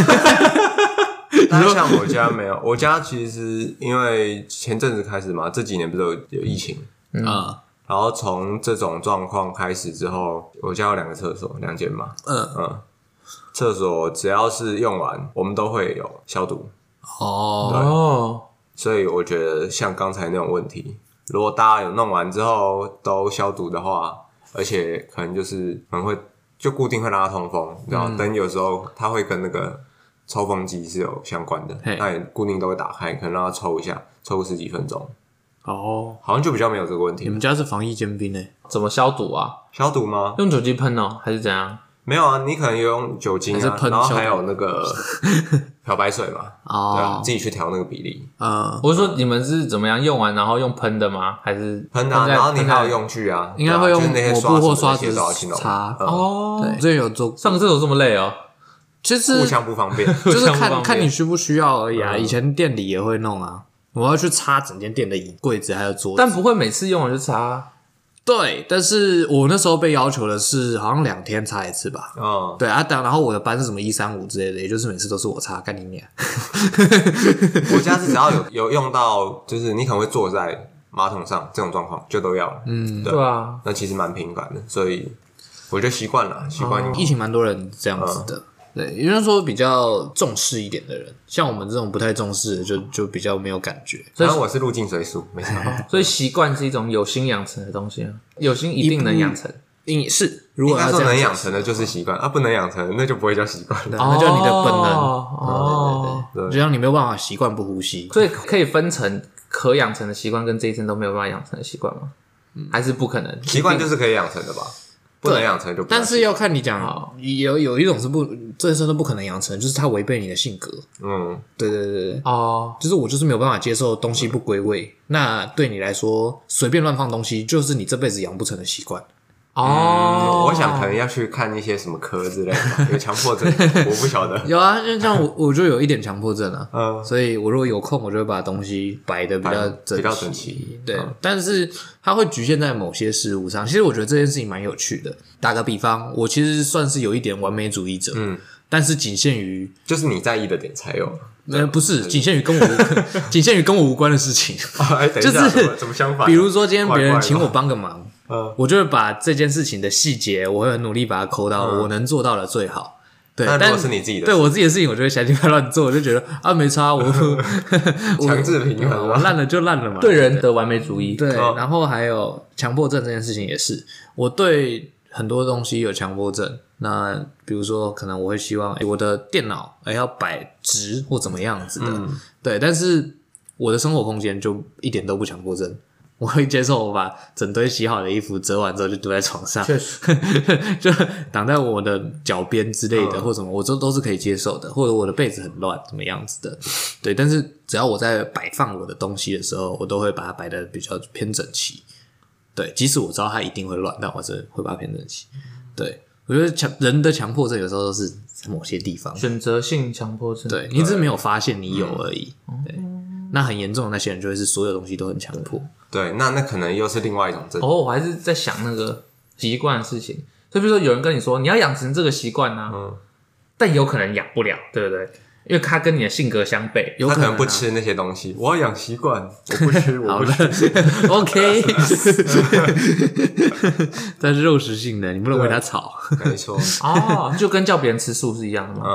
Speaker 3: 但像我家没有，我家其实因为前阵子开始嘛，这几年不是有有疫情，
Speaker 2: 啊，
Speaker 3: 然后从这种状况开始之后，我家有两个厕所，两间嘛，
Speaker 2: 嗯，
Speaker 3: 嗯，厕所只要是用完，我们都会有消毒，
Speaker 2: 哦，
Speaker 1: 哦，
Speaker 3: 所以我觉得像刚才那种问题，如果大家有弄完之后都消毒的话，而且可能就是可能会就固定会让它通风，你知
Speaker 2: 嗯
Speaker 3: 道，灯有时候它会跟那个抽风机是有相关的
Speaker 2: 嘿，
Speaker 3: 那你固定都会打开，可能让它抽一下，抽十几分钟，
Speaker 2: 哦，
Speaker 3: 好像就比较没有这个问
Speaker 2: 你
Speaker 3: 题。
Speaker 2: 们家是防疫尖兵呢？
Speaker 1: 怎么消毒啊？
Speaker 3: 消毒吗？
Speaker 1: 用酒精喷哦，还是怎样？
Speaker 3: 没有啊，你可能有用酒精
Speaker 2: 还是
Speaker 3: 啊，
Speaker 2: 喷
Speaker 3: 然后
Speaker 2: 消毒
Speaker 3: 还有那 个漂白水嘛，对啊，
Speaker 2: 哦，
Speaker 3: 自己去调那个比例。
Speaker 2: 嗯，
Speaker 1: 我是说你们是怎么样用完然后用喷的吗？还是
Speaker 3: 喷啊，
Speaker 1: 在
Speaker 3: 然后你
Speaker 1: 喷在
Speaker 3: 还有用具啊，
Speaker 2: 应该会
Speaker 3: 对啊
Speaker 2: 用
Speaker 3: 就是那些
Speaker 2: 抹
Speaker 3: 刷
Speaker 2: 布或
Speaker 3: 子那
Speaker 2: 刷
Speaker 3: 些
Speaker 2: 子
Speaker 3: 都要去弄
Speaker 2: 擦。
Speaker 3: 嗯
Speaker 1: 哦？
Speaker 2: 对，，之前有做，
Speaker 1: 上个厕所这么累哦？
Speaker 2: 其
Speaker 3: 互
Speaker 2: 实
Speaker 3: 相不方便。
Speaker 2: 就是
Speaker 1: 互相不方
Speaker 2: 看
Speaker 1: 便
Speaker 2: 看你需不需要而已啊。
Speaker 3: 嗯
Speaker 2: 以前店里也会弄啊，我要去擦整间店的椅柜子还有桌子。
Speaker 1: 但不会每次用完就擦啊。
Speaker 2: 对，但是我那时候被要求的是好像两天擦一次吧。
Speaker 3: 嗯，
Speaker 2: 对啊，当然后我的班是什么一三五之类的，也就是每次都是我擦，干你 娘！
Speaker 3: 我家是只要有有用到，就是你可能会坐在马桶上这种状况，就都要了。嗯，对
Speaker 1: 对，啊，
Speaker 3: 那其实蛮频繁的，所以我就习惯了，习惯
Speaker 2: 疫情蛮多人这样子的。
Speaker 3: 嗯
Speaker 2: 对，因为说比较重视一点的人，像我们这种不太重视的就，就比较没有感觉。
Speaker 3: 反正我是入境随俗，没
Speaker 2: 哦
Speaker 3: 啥。
Speaker 1: 所以习惯是一种有心养成的东西啊，有心一定能养成。
Speaker 2: 应是，如
Speaker 3: 应
Speaker 2: 果
Speaker 3: 该
Speaker 2: 要
Speaker 3: 说
Speaker 2: 这
Speaker 3: 能
Speaker 2: 样
Speaker 3: 养成的就是习惯，啊，不能养成的那就不会叫习惯
Speaker 2: 对
Speaker 3: 了。
Speaker 2: 那就是你的本能。
Speaker 1: 哦，
Speaker 3: 对对
Speaker 2: 就像你没有办法习惯不呼吸，
Speaker 1: 所以可以分成可养成的习惯跟这一生都没有办法养成的习惯吗？
Speaker 3: 嗯
Speaker 1: 还是不可能？
Speaker 3: 习惯就是是可以养成的吧，不能养成就不要
Speaker 2: 但是要看你讲
Speaker 3: 哦
Speaker 1: 好，
Speaker 2: 有有一种是不，这一生都不可能养成，就是它违背你的性格。
Speaker 3: 嗯，
Speaker 2: 对对对对，
Speaker 1: 哦，
Speaker 2: 就是我就是没有办法接受东西不归位。那对你来说，随便乱放东西，就是你这辈子养不成的习惯。
Speaker 1: 哦，
Speaker 3: 嗯我想可能要去看一些什么科之 类的，有强迫症，我不晓得。
Speaker 2: 有啊，就像我， 我就有一点强迫症啊。
Speaker 3: 嗯，
Speaker 2: 所以我如果有空，我就会把东西摆的比较整齐，
Speaker 3: 比较整齐
Speaker 2: 对，
Speaker 3: 嗯
Speaker 2: 但是它会局限在某些事物上。其实我觉得这件事情蛮有趣的。打个比方，我其实算是有一点完美主义者，
Speaker 3: 嗯，
Speaker 2: 但是仅限于
Speaker 3: 就是你在意的 点才有。
Speaker 2: 呃不是仅限于跟我无 仅限于跟我无关的事情。
Speaker 3: 哎， 等一
Speaker 2: 哦就
Speaker 3: 下，
Speaker 2: 是
Speaker 3: 怎么怎么相反？
Speaker 2: 比如说今天别
Speaker 3: 怪怪
Speaker 2: 人
Speaker 3: 的
Speaker 2: 请我帮个忙，
Speaker 3: 嗯
Speaker 2: 我就会把这件事情的细节，我会很努力把它抠到我能做到的最好。对，
Speaker 3: 嗯那如
Speaker 2: 但
Speaker 3: 果是你自己的
Speaker 2: 对
Speaker 3: 事
Speaker 2: 我自己的事情，我就会想尽办法乱做，我就觉得啊，没差， 我我
Speaker 3: 强制平衡啊
Speaker 2: 我嗯烂了就烂了嘛。
Speaker 1: 对人的完美主义。
Speaker 2: 对，
Speaker 3: 哦
Speaker 2: 然后还有强迫症这件事情也是，我对很多东西有强迫症。那比如说，可能我会希望诶我的电脑哎要摆直或怎么样子的，
Speaker 3: 嗯
Speaker 2: 对。但是我的生活空间就一点都不强迫症，我会接受我把整堆洗好的衣服折完之后就丢在床上，
Speaker 1: 确实，
Speaker 2: 就挡在我的脚边之类的，
Speaker 3: 嗯
Speaker 2: 或什么，我这都是可以接受的。或者我的被子很乱，怎么样子的，对。但是只要我在摆放我的东西的时候，我都会把它摆的比较偏整齐。对，即使我知道它一定会乱，但我还是会把它偏整齐。对，我觉得强人的强迫症有时候都是在某些地方，
Speaker 1: 选择性强迫症。
Speaker 2: 对你只是没有发现你有而已。对，那很严重的那些人就会是所有东西都很强迫。
Speaker 3: 对，那那可能又是另外一种症。
Speaker 1: 哦，我还是在想那个习惯的事情。所以，比如说有人跟你说你要养成这个习惯呢，
Speaker 3: 嗯
Speaker 1: 但有可能养不了，对不对？因为它跟你的性格相悖。
Speaker 2: 有
Speaker 3: 他可
Speaker 2: 能啊
Speaker 3: 能不吃那些东西，我要养习惯，我不 吃，我
Speaker 2: 好
Speaker 3: 不
Speaker 2: 了
Speaker 3: 吃。
Speaker 2: ，OK，但是肉食性的，你不能为它吵。
Speaker 3: 没错，
Speaker 1: 哦，就跟叫别人吃素是一样的吗？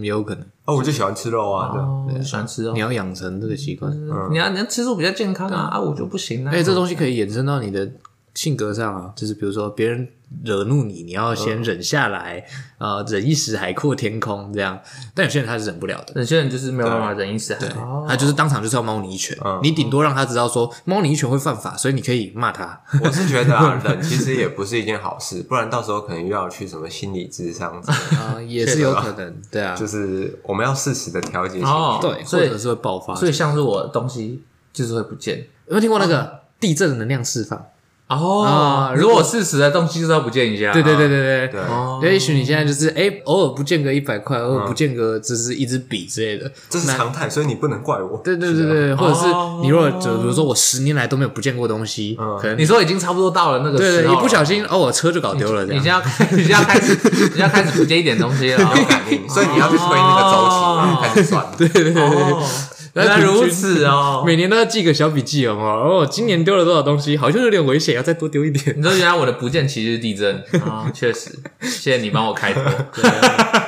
Speaker 2: 嗯，有可能。
Speaker 3: 哦，我就喜欢吃肉啊，这样
Speaker 1: 哦，喜欢吃肉嗯
Speaker 2: 你，要养成这个习惯，
Speaker 1: 你要你要吃素比较健康啊，啊，我就不行啊
Speaker 2: 而。且这东西可以延伸到你的性格上啊，就是比如说别人惹怒你，你要先忍下来，呃，忍一时海阔天空这样。但有些人他是忍不了的，
Speaker 1: 有些人就是没有办法忍一时，对，哦
Speaker 2: 他就是当场就是要猫你一拳，你顶多让他知道说猫你一拳会犯法，所以你可以骂他。
Speaker 3: 我是觉得啊，冷其实也不是一件好事，不然到时候可能又要去什么心理智商之类 的，
Speaker 2: 啊，也是有可能，对啊，
Speaker 3: 就是我们要适时的调节情
Speaker 1: 哦
Speaker 3: 绪。
Speaker 2: 对，或
Speaker 1: 所以
Speaker 2: 者是会爆发。
Speaker 1: 所以像是我的东西就是会不见，
Speaker 2: 嗯有没有听过那个地震能量释放？
Speaker 1: 哦
Speaker 2: 啊，
Speaker 1: 如果是死的东西，就是要不见一下。
Speaker 2: 对对对对啊对嗯
Speaker 3: 对。
Speaker 1: 哦，
Speaker 2: 所以也许你现在就是哎、偶尔不见个一百块，偶尔不见个只是一支笔之类 的，
Speaker 3: 这是常
Speaker 2: 哦
Speaker 3: 态，所以你不能怪我。
Speaker 2: 对对对对，或者是
Speaker 1: 哦
Speaker 2: 你如果就比如说我十年来都没有不见过东西，
Speaker 3: 嗯
Speaker 2: 可能
Speaker 1: 你说已经差不多到了那个
Speaker 2: 对
Speaker 1: 时
Speaker 2: 对，
Speaker 1: 候
Speaker 2: 一
Speaker 1: 了，
Speaker 2: 不小心哦，我车就搞丢了这
Speaker 1: 你
Speaker 2: 样
Speaker 1: 就。要开，你就要开始，你就要开始不见一点东西 了。
Speaker 3: 感应， 所以你要去推那个周期，然后开始算。对，
Speaker 1: 哦， 原来如此 哦。
Speaker 2: 每年都要记个小笔记，有没有？哦，今年丢了多少东西，好像有点危险，要再多丢一 点。
Speaker 1: 你说原来我的不见其实是地震啊，确实，谢谢你帮我开脱。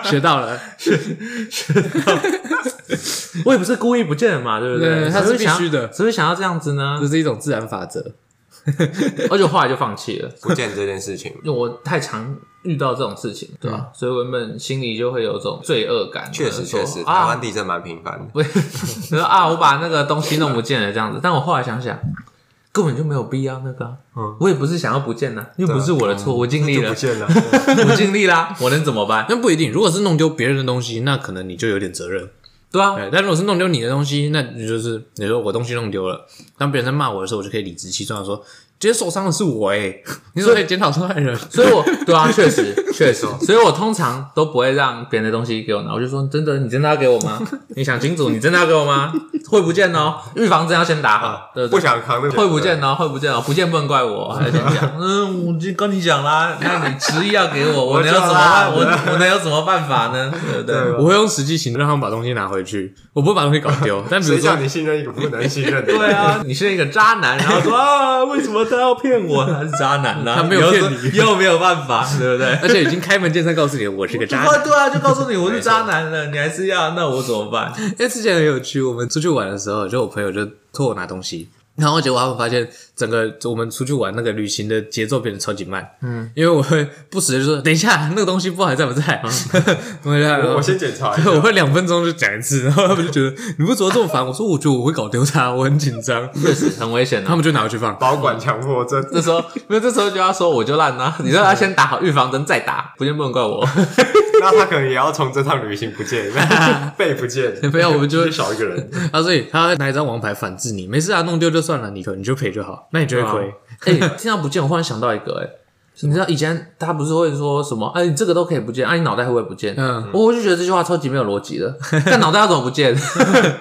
Speaker 2: 学到了，
Speaker 1: 我也不是故意不见的嘛，对不
Speaker 2: 对它
Speaker 1: 他
Speaker 2: 是必须的
Speaker 1: 只是想要这样子呢
Speaker 2: 这，是一种自然法则。
Speaker 1: 而且后来就放弃了，
Speaker 3: 不见这件事情
Speaker 1: 因为我太常遇到这种事情，对吧？所以我原本心里就会有种罪恶感，
Speaker 3: 嗯确实
Speaker 1: 说
Speaker 3: 确实，台
Speaker 1: 啊
Speaker 3: 湾，地震蛮频繁的。
Speaker 1: 我 就是啊，我把那个东西弄不见了这样子，但我后来想想。根本就没有必要那个啊、
Speaker 3: 嗯
Speaker 1: 我也不是想要不见呐、又不是我的错，我尽力
Speaker 3: 啊就
Speaker 1: 了
Speaker 3: 不，见了，
Speaker 1: 我尽力啦，我能怎么办？
Speaker 2: 那不一定，如果是弄丢别人的东西，那可能你就有点责任。
Speaker 1: 对啊，
Speaker 2: 对，但如果是弄丢你的东西，那你就是你说我东西弄丢了，当别人在骂我的时候，我就可以理直气壮的说，今天受伤的是我哎、你怎么可以检讨受害人？
Speaker 1: 所以我对啊，确 实确实，所以我通常都不会让别人的东西给我拿，我就说真的，你真的要给我吗？你想清楚，你真的要给我吗？会不见哦，预防针要先打好，对不
Speaker 3: 啊不
Speaker 1: 对？
Speaker 3: 想扛那个
Speaker 1: 会不见哦，会不见哦，不见不能怪 我，还先讲，嗯，我就跟你讲啦，那你执意要给 我，我
Speaker 3: 我
Speaker 1: 能有
Speaker 3: 知道
Speaker 1: 什么
Speaker 3: 啦
Speaker 1: 办？我我能有什么办法呢？对不对？
Speaker 3: 对
Speaker 2: 我会用实际行动让他们把东西拿回去，我不会把东西搞 丢。但比如
Speaker 3: 谁
Speaker 2: 说
Speaker 3: 叫你信任一个不能信任的？
Speaker 1: 对，啊，你是一个渣男，然 后说啊，为什么他要骗我？ 他是渣男啦，
Speaker 2: 他没有骗
Speaker 1: 你，又没有办法，对不对？
Speaker 2: 而且已经开门见山告诉你我是个 渣
Speaker 1: 对啊
Speaker 2: 男。
Speaker 1: 对啊，就告诉你我是渣男了，你还是要，那我怎么办？
Speaker 2: 因为之前很有趣，我们出去玩的时候，就我朋友就托我拿东西，然后结果他们发现整个我们出去玩那个旅行的节奏变得超级慢。嗯，因为我会不时的就说等一下那个东西不知道还在不在， 我一下
Speaker 3: 嗯我我先检查一
Speaker 2: 啊
Speaker 3: 下
Speaker 2: 对，。我会两分钟就讲一次，然后他们就觉得你为什么这么烦？我说我觉得我会搞丢它，我很紧张，
Speaker 1: 确实很危险啊
Speaker 2: 他
Speaker 1: 的。
Speaker 2: 们就拿回去 放。
Speaker 3: 保管强迫症，
Speaker 1: 这时候，没有这时候就要说我就烂啦、你让他先打好预防针再打，不见不能怪我。
Speaker 3: 那他可能也要从这趟旅行不见， 被不见，
Speaker 2: 没有我们就
Speaker 3: 就少一个人。
Speaker 2: 啊，所以他拿一张王牌反制你，没事啊，弄丢就算了，你你就赔就好，那你就会亏。
Speaker 1: 哎、听到不见，我忽然想到一个、哎，你知道以前他不是会说什么？哎、你这个都可以不见，哎、你脑袋会不会不见？
Speaker 2: 嗯
Speaker 1: 我我就觉得这句话超级没有逻辑的。但脑袋要怎么不见？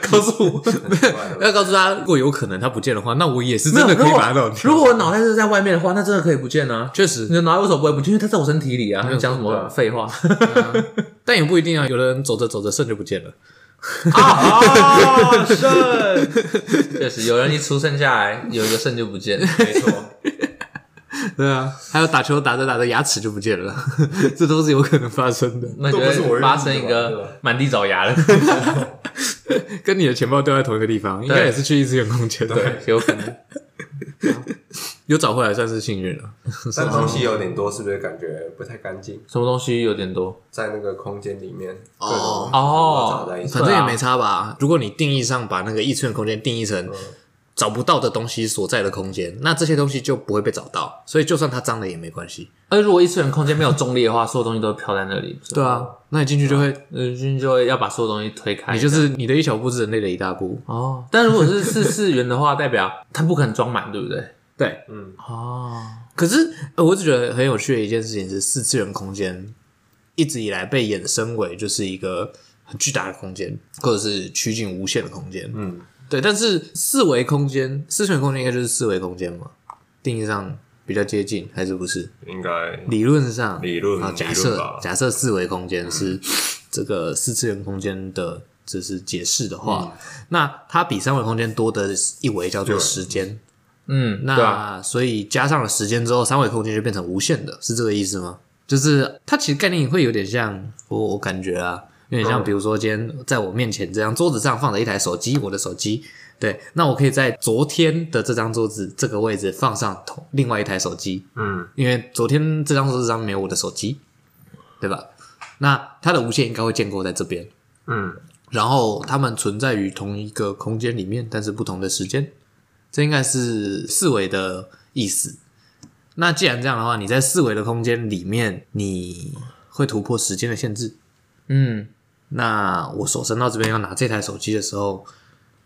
Speaker 1: 告诉 我，
Speaker 2: 要告诉他，如果有可能他不见的话，那我也是
Speaker 1: 没有
Speaker 2: 真的可
Speaker 1: 如
Speaker 2: 以
Speaker 1: 果
Speaker 2: 把它弄丢。
Speaker 1: 如果我脑袋是在外面的话，那真的可以不见啊。
Speaker 2: 确
Speaker 1: 你
Speaker 2: 实，
Speaker 1: 的脑袋为什么不会不见？因为它在我身体里啊！你讲什么废话？
Speaker 2: 但也不一定啊，有的人走着走着肾就不见了。
Speaker 1: 啊，肾，确实有人一出生下来有一个肾就不见了，
Speaker 3: 没错，
Speaker 2: 对啊，还有打球打着打着牙齿就不见了， 这都是有可能发生的，
Speaker 1: 那就
Speaker 3: 都不是我
Speaker 1: 会
Speaker 3: 认识的
Speaker 1: 发生一
Speaker 3: 对吧
Speaker 1: 个满地找牙的，
Speaker 2: 跟你的钱包丢在同一个地方，应该也是去一次员工捡的，
Speaker 1: 对，有可能。
Speaker 2: 有找回来算是幸运了。
Speaker 3: 但东西有点多，是不是感觉不太干净？
Speaker 1: 什么东西有点多
Speaker 3: 在那个空间里面，
Speaker 2: 哦啊
Speaker 3: 哦，找在一起
Speaker 2: 反，正也没差吧。如果你定义上把那个异次元空间定义成找不到的东西所在的空间，那这些东西就不会被找到，所以就算它脏了也没关系。
Speaker 1: 而如果异次元空间没有重力的话，所有东西都会飘在那里。
Speaker 2: 对啊，那你进去就会，
Speaker 1: 嗯，君就会要把所有东西推开。
Speaker 2: 你就是你的一小步是人类的一大步。
Speaker 1: 哦，但如果是四次元的话，代表它不可能装满，对不对？
Speaker 2: 对，
Speaker 3: 嗯，
Speaker 1: 哦，
Speaker 2: 可是呃我只觉得很有趣的一件事情是，四次元空间一直以来被衍生为就是一个很巨大的空间，或者是趋近无限的空间。
Speaker 3: 嗯，
Speaker 2: 对，但是四维空间、四次元空间应该就是四维空间嘛，定义上比较接近，还是不是？
Speaker 3: 应该
Speaker 2: 理论上，
Speaker 3: 嗯理论
Speaker 2: 啊，假
Speaker 3: 理论
Speaker 2: 设
Speaker 3: 吧
Speaker 2: 假设四维空间是这个四次元空间的，就是解释的话，那它比三维空间多的一维叫做
Speaker 3: 嗯对
Speaker 2: 时间，
Speaker 1: 嗯，
Speaker 2: 那、
Speaker 1: 对啊，
Speaker 2: 所以加上了时间之后，三维空间就变成无限的，是这个意思吗？就是它其实概念会有点像我我感觉啊，有点像，
Speaker 3: 嗯
Speaker 2: 比如说今天在我面前这张桌子上放着一台手机，我的手机，对，那我可以在昨天的这张桌子这个位置放上同另外一台手机，
Speaker 3: 嗯，
Speaker 2: 因为昨天这张桌子上没有我的手机，对吧？那它的无限应该会建构在这边，
Speaker 3: 嗯，
Speaker 2: 然后它们存在于同一个空间里面，但是不同的时间，这应该是四维的意思。那既然这样的话，你在四维的空间里面，你会突破时间的限制。
Speaker 1: 嗯，
Speaker 2: 那我手伸到这边要拿这台手机的时候，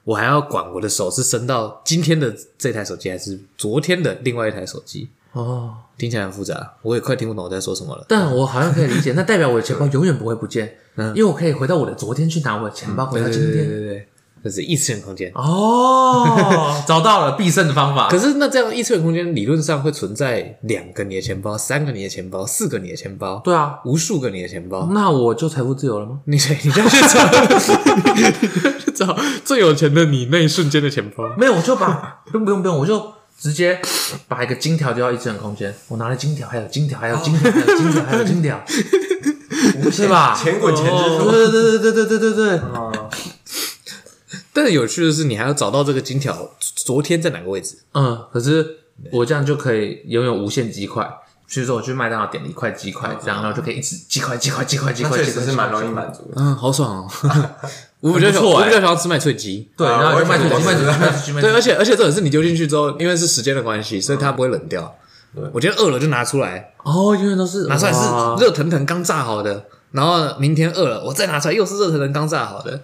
Speaker 2: 我还要管我的手是伸到今天的这台手机，还是昨天的另外一台手机？
Speaker 1: 哦，
Speaker 2: 听起来很复杂，我也快听不懂我在说什么了。
Speaker 1: 但我好像可以理解，那代表我的钱包永远不会不 见，因为我可以回到我的昨天去拿我的钱包，回到今天。
Speaker 2: 对对，这是异次元空间。
Speaker 1: 哦， 找到了必胜的方法。
Speaker 2: 可是那这样异次元空间理论上会存在两个你的钱包、三个你的钱包、四个你的钱包，
Speaker 1: 对啊，
Speaker 2: 无数个你的钱包。
Speaker 1: 那我就财富自由了吗？
Speaker 2: 你你就去找，你 就去找最有钱的你那一瞬间的钱包。
Speaker 1: 没有，我就把不用不用不用，我就直接把一个金条丢到一次元空间，我拿了金条，还有金条，还有金条，还有金条，还有金条， 是吧？哦
Speaker 3: 钱滚钱之术
Speaker 1: 对对对对对对对对，
Speaker 2: 但是有趣的是，你还要找到这个金条昨天在哪个位置。
Speaker 1: 嗯，可是我这样就可以拥有无限鸡块。比如说，我去麦当劳点了一块鸡块，这样然后就可以一直鸡块鸡块鸡块鸡
Speaker 3: 哦那
Speaker 1: 块，
Speaker 3: 确
Speaker 1: 鸡
Speaker 3: 实
Speaker 1: 块
Speaker 3: 是蛮
Speaker 1: 鸡块
Speaker 3: 容易满足的。
Speaker 2: 嗯，好爽哦！ 我比较
Speaker 1: 很不
Speaker 2: 想，
Speaker 1: 错
Speaker 2: 我
Speaker 1: 欸
Speaker 2: 比较想要吃麦脆鸡。
Speaker 1: 对，
Speaker 3: 啊
Speaker 1: 然后就
Speaker 3: 我也
Speaker 1: 卖出去
Speaker 3: 觉得
Speaker 1: 卖出去卖出去卖出去。
Speaker 2: 对，
Speaker 3: 啊
Speaker 2: 而且而且这种是你丢进去之后，因为是时间的关系，所以它不会冷掉。我今天饿了就拿出来，
Speaker 1: 哦，永远都是
Speaker 2: 拿出来是
Speaker 1: 哇
Speaker 2: 热腾腾刚炸好的，然后明天饿了我再拿出来又是热腾腾刚炸好 的。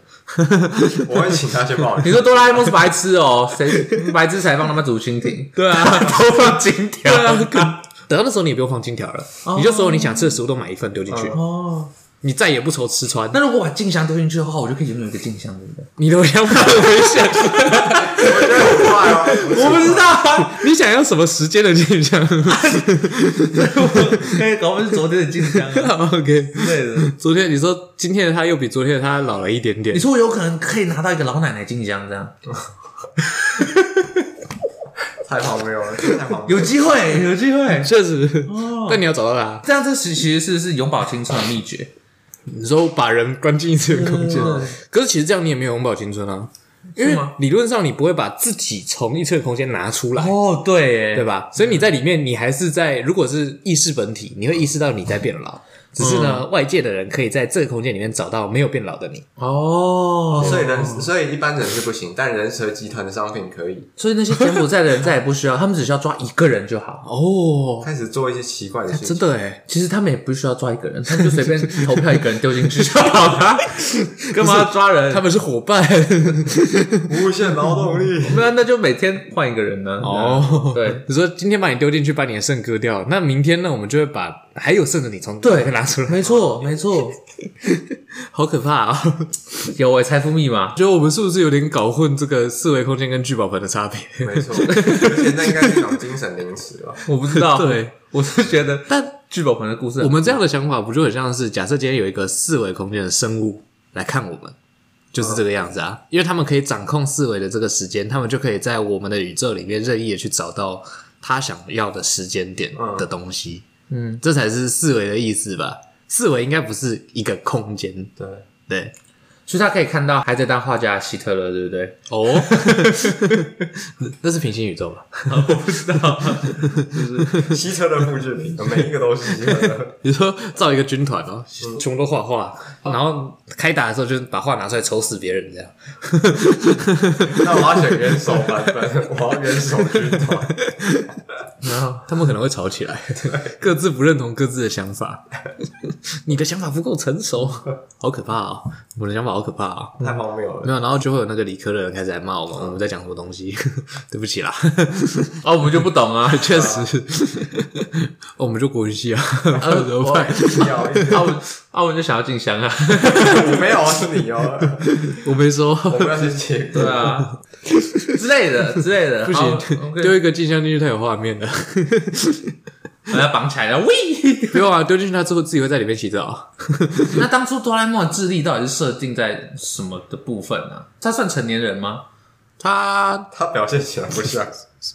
Speaker 3: 我会请他先帮我。
Speaker 1: 你说哆啦 A 梦是白痴哦，谁白痴才放他妈竹蜻蜓？对啊， 都放金条。
Speaker 2: 啊等到那时候你也不用放金条了，你就所有你想吃的食物都买一份丢进去，
Speaker 1: 哦，
Speaker 2: 你再也不愁吃穿。
Speaker 1: 那如果把静香丢进去的话，我就可以拥有一个静香，对不对？
Speaker 2: 你的想法 很危险，
Speaker 3: 我觉得很快哦，
Speaker 1: 我不知道 啊，
Speaker 2: 你想要什么时间的 镜像
Speaker 1: 哎，搞不是昨天的静香啊之
Speaker 2: ？OK，
Speaker 1: 类 的。 哦
Speaker 2: 昨天你说今天的他又比昨天的他老了一点点
Speaker 1: 你，说我有可能可以拿到一个老奶奶静香，这样
Speaker 3: 太荒谬了，太荒谬
Speaker 1: 有
Speaker 3: 了。
Speaker 1: 机会，有机会。
Speaker 2: 确实，
Speaker 1: 哦
Speaker 2: 但你要找到他。
Speaker 1: 这样这其其实是是永葆青春的秘诀。
Speaker 2: 你说把人关进一次元空间，可是其实这样你也没有永葆青春啊，因为
Speaker 1: 是吗
Speaker 2: 理论上你不会把自己从异次元空间拿出来，
Speaker 1: 哦，对，
Speaker 2: 对？吧？所以你在里面，你还是在，如果是意识本体，你会意识到你在变老，只是呢，
Speaker 1: 嗯
Speaker 2: 外界的人可以在这个空间里面找到没有变老的你。
Speaker 1: 哦，
Speaker 3: 所以人，所以一般人是不行，但人蛇集团的商品可以
Speaker 1: 所以那些柬埔寨的人再也不需要，他们只需要抓一个人就好。
Speaker 2: 哦，
Speaker 3: 开始做一些奇怪的事
Speaker 2: 真
Speaker 3: 情。
Speaker 2: 的哎，
Speaker 1: 其实他们也不需要抓一个人，他们就随便投票一个人丢进去就好了，干嘛要抓人？
Speaker 2: 他们是 伙伴
Speaker 3: 无限劳动力，
Speaker 1: 那那就每天换一个人呢？
Speaker 2: 哦。
Speaker 1: 对
Speaker 2: 你说今天把你丢进去，把你的肾割掉，那明天呢，我们就会把还有肾的你从
Speaker 1: 对，
Speaker 2: 拿出来，
Speaker 1: 没错没 错，
Speaker 2: 好可怕啊、
Speaker 1: 有诶，财富密码
Speaker 2: 觉得我们是不是有点搞混这个四维空间跟聚宝盆的差别？
Speaker 3: 没错。而且那应该是一种精神凌迟吧？
Speaker 1: 我不知 道，
Speaker 2: 对，
Speaker 1: 我是觉得
Speaker 2: 但
Speaker 1: 聚宝盆的故事，
Speaker 2: 我们这样的想法不就很像是，假设今天有一个四维空间的生物来看我们，就是这个样子啊，因为他们可以掌控四维的这个时间，他们就可以在我们的宇宙里面任意的去找到他想要的时间点的东西。
Speaker 1: 嗯，
Speaker 2: 这才是四维的意思吧？四维应该不是一个空间，
Speaker 3: 对，
Speaker 2: 对
Speaker 1: 所以他可以看到还在当画家的希特勒，对不对？
Speaker 2: 哦， 那是平行宇宙吧？
Speaker 3: 希特勒复制品，每一个都是希特勒。
Speaker 2: 你说造一个军团哦，全部都画画，然后开打的时候就把画拿出来抽死别人，这样
Speaker 3: 那我要选元首版本，我要元首军团。
Speaker 2: 他们可能会吵起 来，各自不认同各自的想法。 你的想法不够成熟，好可怕哦！我的想法好可怕哦！
Speaker 3: 太荒谬了。
Speaker 2: 没有，然后就会有那个理科的人开始来骂我们，我们在讲什么东西？ 对不起啦，
Speaker 1: 哦，我们就不懂 啊，
Speaker 2: 确实， 我们就国语系啊，不 然怎么
Speaker 3: 我
Speaker 2: 办？
Speaker 1: 哦
Speaker 3: 要
Speaker 1: 阿文阿文就想要静香啊，
Speaker 3: 我没有，是你哦，
Speaker 2: 我没说，
Speaker 3: 我不要去切。
Speaker 1: 对啊， 之类的之类 的，
Speaker 2: 不
Speaker 1: 好
Speaker 2: 行，
Speaker 1: ，OK
Speaker 2: 丢一个镜像进去太有画面 了。
Speaker 1: 把它绑起来，然后喂。
Speaker 2: 不用啊，丢进去它之后自己会在里面洗澡。
Speaker 1: 那当初哆啦 A 梦的智力到底是设定在什么的部分呢、他算成年人吗？
Speaker 2: 它
Speaker 3: 他表现起来不像，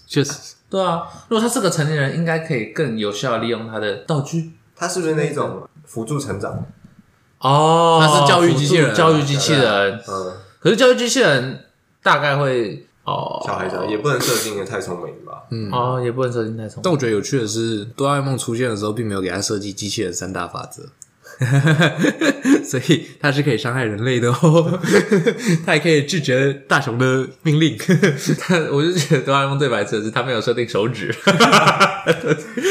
Speaker 2: 确实
Speaker 1: 对啊，如果他是个成年人，应该可以更有效地利用他的道具。
Speaker 3: 他是不是那一种辅助成长？
Speaker 1: 哦
Speaker 2: 他是教育机器人啊
Speaker 1: 教育机器人。
Speaker 3: 嗯，
Speaker 1: 啊可是教育机器人大概会哦，
Speaker 3: 小孩子也不能设定的太聪明吧？嗯，
Speaker 1: 哦，也不能设定太重。
Speaker 2: 但我觉得有趣的是，哆啦 A 梦出现的时候，并没有给他设计机器人三大法则， 所以他是可以伤害人类的哦， 他还可以拒绝大雄的命令。
Speaker 1: 但我就觉得哆啦 A 梦最白痴的是他没有设定手 指，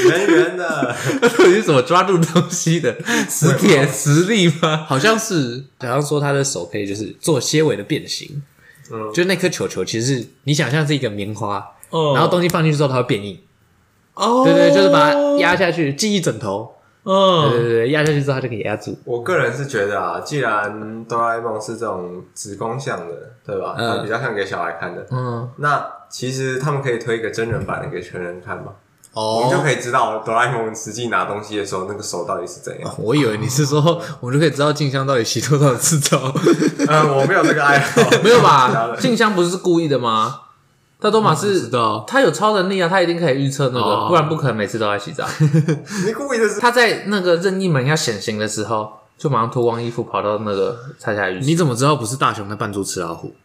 Speaker 3: 圆圆的，
Speaker 1: 到底是怎么抓住东西的？磁铁磁力吗？
Speaker 2: 好像是，好像说他的手可以就是做些微的变形，
Speaker 1: 嗯
Speaker 2: 就是那颗球球其实是你想象是一个棉花，
Speaker 1: 嗯
Speaker 2: 然后东西放进去之后它会变硬，
Speaker 1: 哦，
Speaker 2: 对对，就是把它压下去，记忆枕头，对对
Speaker 1: 嗯，
Speaker 2: 对，压下去之后它就可以压住。
Speaker 3: 我个人是觉得啊，既然哆啦 A 梦是这种子宫向的，对吧？
Speaker 2: 嗯
Speaker 3: 它比较像给小孩看的。
Speaker 2: 嗯，
Speaker 3: 那其实他们可以推一个真人版的给全人看嘛，我们就
Speaker 2: 哦，
Speaker 3: 可以知道哆啦 A 梦实际拿东西的时候那个手到底是怎 样。
Speaker 2: 我以为你是说我们就可以知道静香到底洗多少次 澡。
Speaker 3: 嗯，我没有这个爱好，
Speaker 1: 没有
Speaker 3: 然
Speaker 1: 吧？嗯
Speaker 3: 后
Speaker 1: 静香不是故意的吗？大多玛是
Speaker 2: 道
Speaker 1: 他有超能力啊，他一定可以预测那
Speaker 2: 哦
Speaker 1: 个，不然不可能每次都在洗 澡。
Speaker 3: 你故意的是
Speaker 1: 他在那个任意门要显形的时候，就马上脱光衣服跑到那个蔡夏雨。
Speaker 2: 你怎么知道不是大雄在扮猪吃老虎？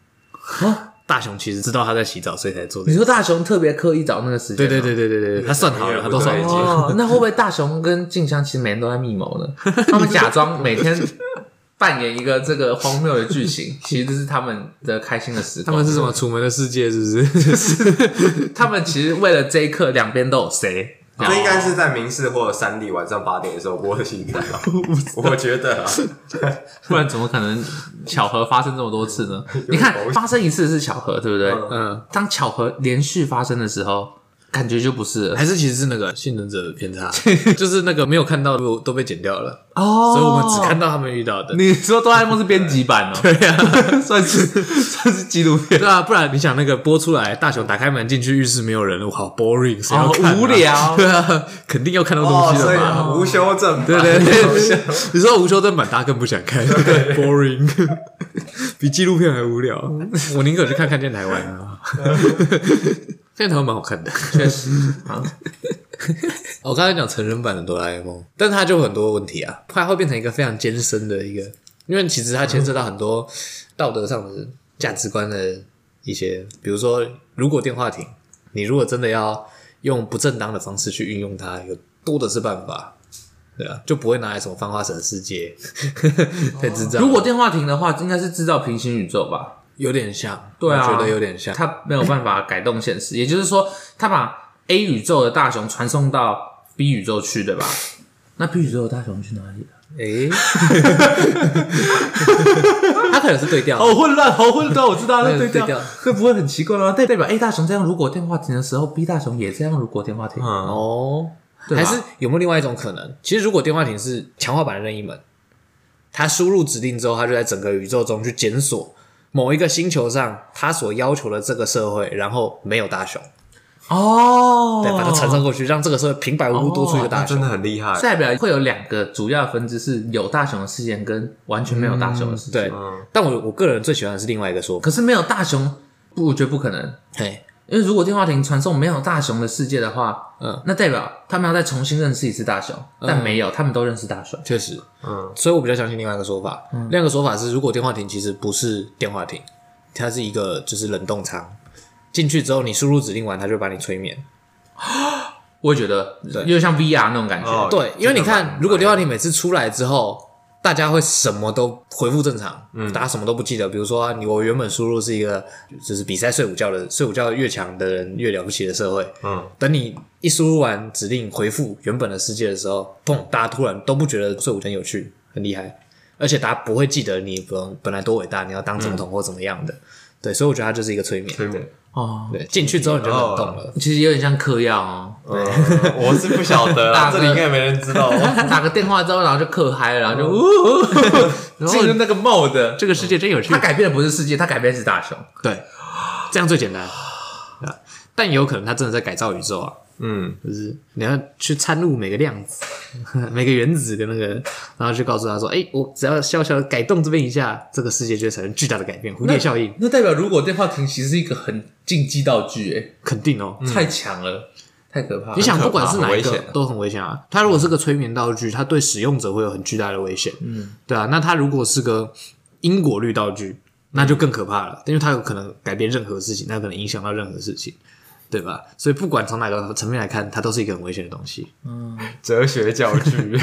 Speaker 2: 大雄其实知道他在洗澡，所以才做这
Speaker 1: 你
Speaker 2: 个。
Speaker 1: 说大雄特别刻意找那个时间，
Speaker 2: 对对。对对对对，他算好了，他都算好了。
Speaker 1: 哦，那会不会大雄跟静香其实每天都在密谋呢？ 他们假装每天扮演一个这个荒谬的剧情，其实这是他们的开心的时
Speaker 2: 他
Speaker 1: 光。
Speaker 2: 们是什么？楚门的世界是不是？
Speaker 1: 他们其实为了这一刻，两边都有谁？哦
Speaker 3: 这应该是在明视或者三 D 晚上八点的时候播的戏 剧吧？我觉得啊，
Speaker 1: 不然怎么可能巧合发生这么多次 呢？你看，发生一次是巧合，对不对？
Speaker 3: 嗯
Speaker 2: 嗯，
Speaker 1: 当巧合连续发生的时候，感觉就不是了
Speaker 2: 还是其实是那个幸存者的偏差，就是那个没有看到的都都被剪掉了，
Speaker 1: 哦
Speaker 2: 所以我们只看到他们遇到的。
Speaker 1: 你说哆啦 A 梦是编辑版哦，
Speaker 2: 对呀、
Speaker 1: 算是算是纪录片，
Speaker 2: 对啊，不然你想那个播出来，大雄打开门进去浴室没有人，我好 boring，谁要
Speaker 1: 好
Speaker 2: 看啊、
Speaker 1: 无聊
Speaker 2: 对啊，肯定要看到
Speaker 3: 哦，
Speaker 2: 东西
Speaker 3: 所
Speaker 2: 的
Speaker 3: 以
Speaker 2: 嘛。
Speaker 3: 无修正版，
Speaker 2: 对对对，你说无修正版，大家更不想看，boring，比纪录片还无聊。我宁可去看看见台湾啊， 看见台湾蛮好看的。
Speaker 1: 确 实啊，
Speaker 2: 哦我刚才讲成人版的哆啦 A 梦，但它就有很多问题啊，它会变成一个非常艰深的一个，因为其实它牵涉到很多道德上的价值观的一些，比如说，如果电话亭，你如果真的要用不正当的方式去运用它，有多的是办法，对啊，就不会拿来什么翻花神世界 太智
Speaker 1: 哦
Speaker 2: 障了，
Speaker 1: 如果电话亭的话，应该是制造平行宇宙吧？
Speaker 2: 有点像，
Speaker 1: 对啊
Speaker 2: 我觉得有点像，
Speaker 1: 它没有办法改动现 实，也就是说，它把 A 宇宙的大雄传送到 B 宇宙去，对吧？那 B 宇宙的大雄去哪里了？
Speaker 2: 诶，它可能是对调的，
Speaker 1: 好混乱，好混乱！我知道那哦对
Speaker 2: 对
Speaker 1: 调
Speaker 2: 调
Speaker 1: 会不会很奇怪吗？代代表 A 大雄这样如果电话亭的时候，B 大雄也这样如果电话亭，
Speaker 3: 嗯，
Speaker 2: 哦，
Speaker 1: 对
Speaker 3: 啊
Speaker 1: 吧
Speaker 2: 还是有没有另外一种可能？其实如果电话亭是强化版的任意门，它输入指令之后，它就在整个宇宙中去检索某一个星球上它所要求的这个社会，然后没有大雄，
Speaker 1: 哦，
Speaker 2: 对，把它传送过去，让这个社会平白无故多出一个大
Speaker 3: 那
Speaker 2: 雄。
Speaker 3: 哦真的很厉害。
Speaker 1: 代表会有两个主要分支是有大雄的事件跟完全没有大雄的事件。
Speaker 2: 对，
Speaker 3: 嗯，
Speaker 2: 但我我个人最喜欢的是另外一个说法，
Speaker 1: 可是没有大雄，不，我觉得不可能，
Speaker 2: 嘿，
Speaker 1: 因为如果电话亭传送没有大雄的世界的话，
Speaker 2: 嗯，
Speaker 1: 那代表他们要再重新认识一次大雄，但没有，他们都认识大雄。
Speaker 2: 确实，
Speaker 3: 嗯，
Speaker 2: 所以我比较相信另外一个说法。另外一个说法是，如果电话亭其实不是电话亭，它是一个就是冷冻舱，进去之后你输入指令完，它就把你催眠。
Speaker 1: 我也觉得
Speaker 2: 对
Speaker 1: 有点像 VR 那种感觉。
Speaker 3: 哦
Speaker 2: 对，因为你
Speaker 3: 这个
Speaker 2: 看，
Speaker 3: 蛮
Speaker 2: 如果电话亭每次出来之后，大家会什么都恢复正常，大家什么都不记得。比如说啊、你我原本输入是一个就是比赛睡午觉的，睡午觉越强的人越了不起的社会。
Speaker 3: 嗯，
Speaker 2: 等你一输入完指令回复原本的世界的时候，砰，大家突然都不觉得睡午觉有趣，很厉害，而且大家不会记得你本本来多伟大，你要当总统或怎么样的。对，所以我觉得它就是一个嗯催眠。
Speaker 3: 催眠。
Speaker 1: 哦，
Speaker 2: 对，进去之后你就冷冻了。
Speaker 1: 其实有点像嗑药 哦，
Speaker 3: 嗯， 我是不晓得啦，
Speaker 1: 大哥
Speaker 3: 这里应该没人知道。
Speaker 1: 打个电话之后，然后就嗑嗨了，然后就呜， 然后就哦那个 mode。
Speaker 2: 这个世界真有趣
Speaker 1: 他改变的不是世界，他改变的是大雄。
Speaker 2: 对，这样最简单。对啊但也有可能他真的在改造宇宙啊，
Speaker 3: 嗯，
Speaker 2: 就是你要去参入每个量子、 每个原子的那个，然后去告诉他说：“哎、我只要小小的改动这边一下，这个世界就会产生巨大的改变，蝴蝶效应，
Speaker 1: 那代表如果电话亭其实是一个很禁忌道具、欸，
Speaker 2: 肯定哦。
Speaker 1: 太强了，太可怕了。
Speaker 2: 你想，不
Speaker 3: 很可怕
Speaker 2: 管是哪一
Speaker 3: 很危
Speaker 2: 个
Speaker 3: 险啊
Speaker 2: 都很危险啊！它如果是个催眠道具，它对使用者会有很巨大的危险。嗯，对啊。那它如果是个因果律道具，那就更可怕了，因为它有可能改变任何事情，它可能影响到任何事情，对吧？所以不管从哪个层面来看，它都是一个很危险的东西。
Speaker 3: 哲学教具，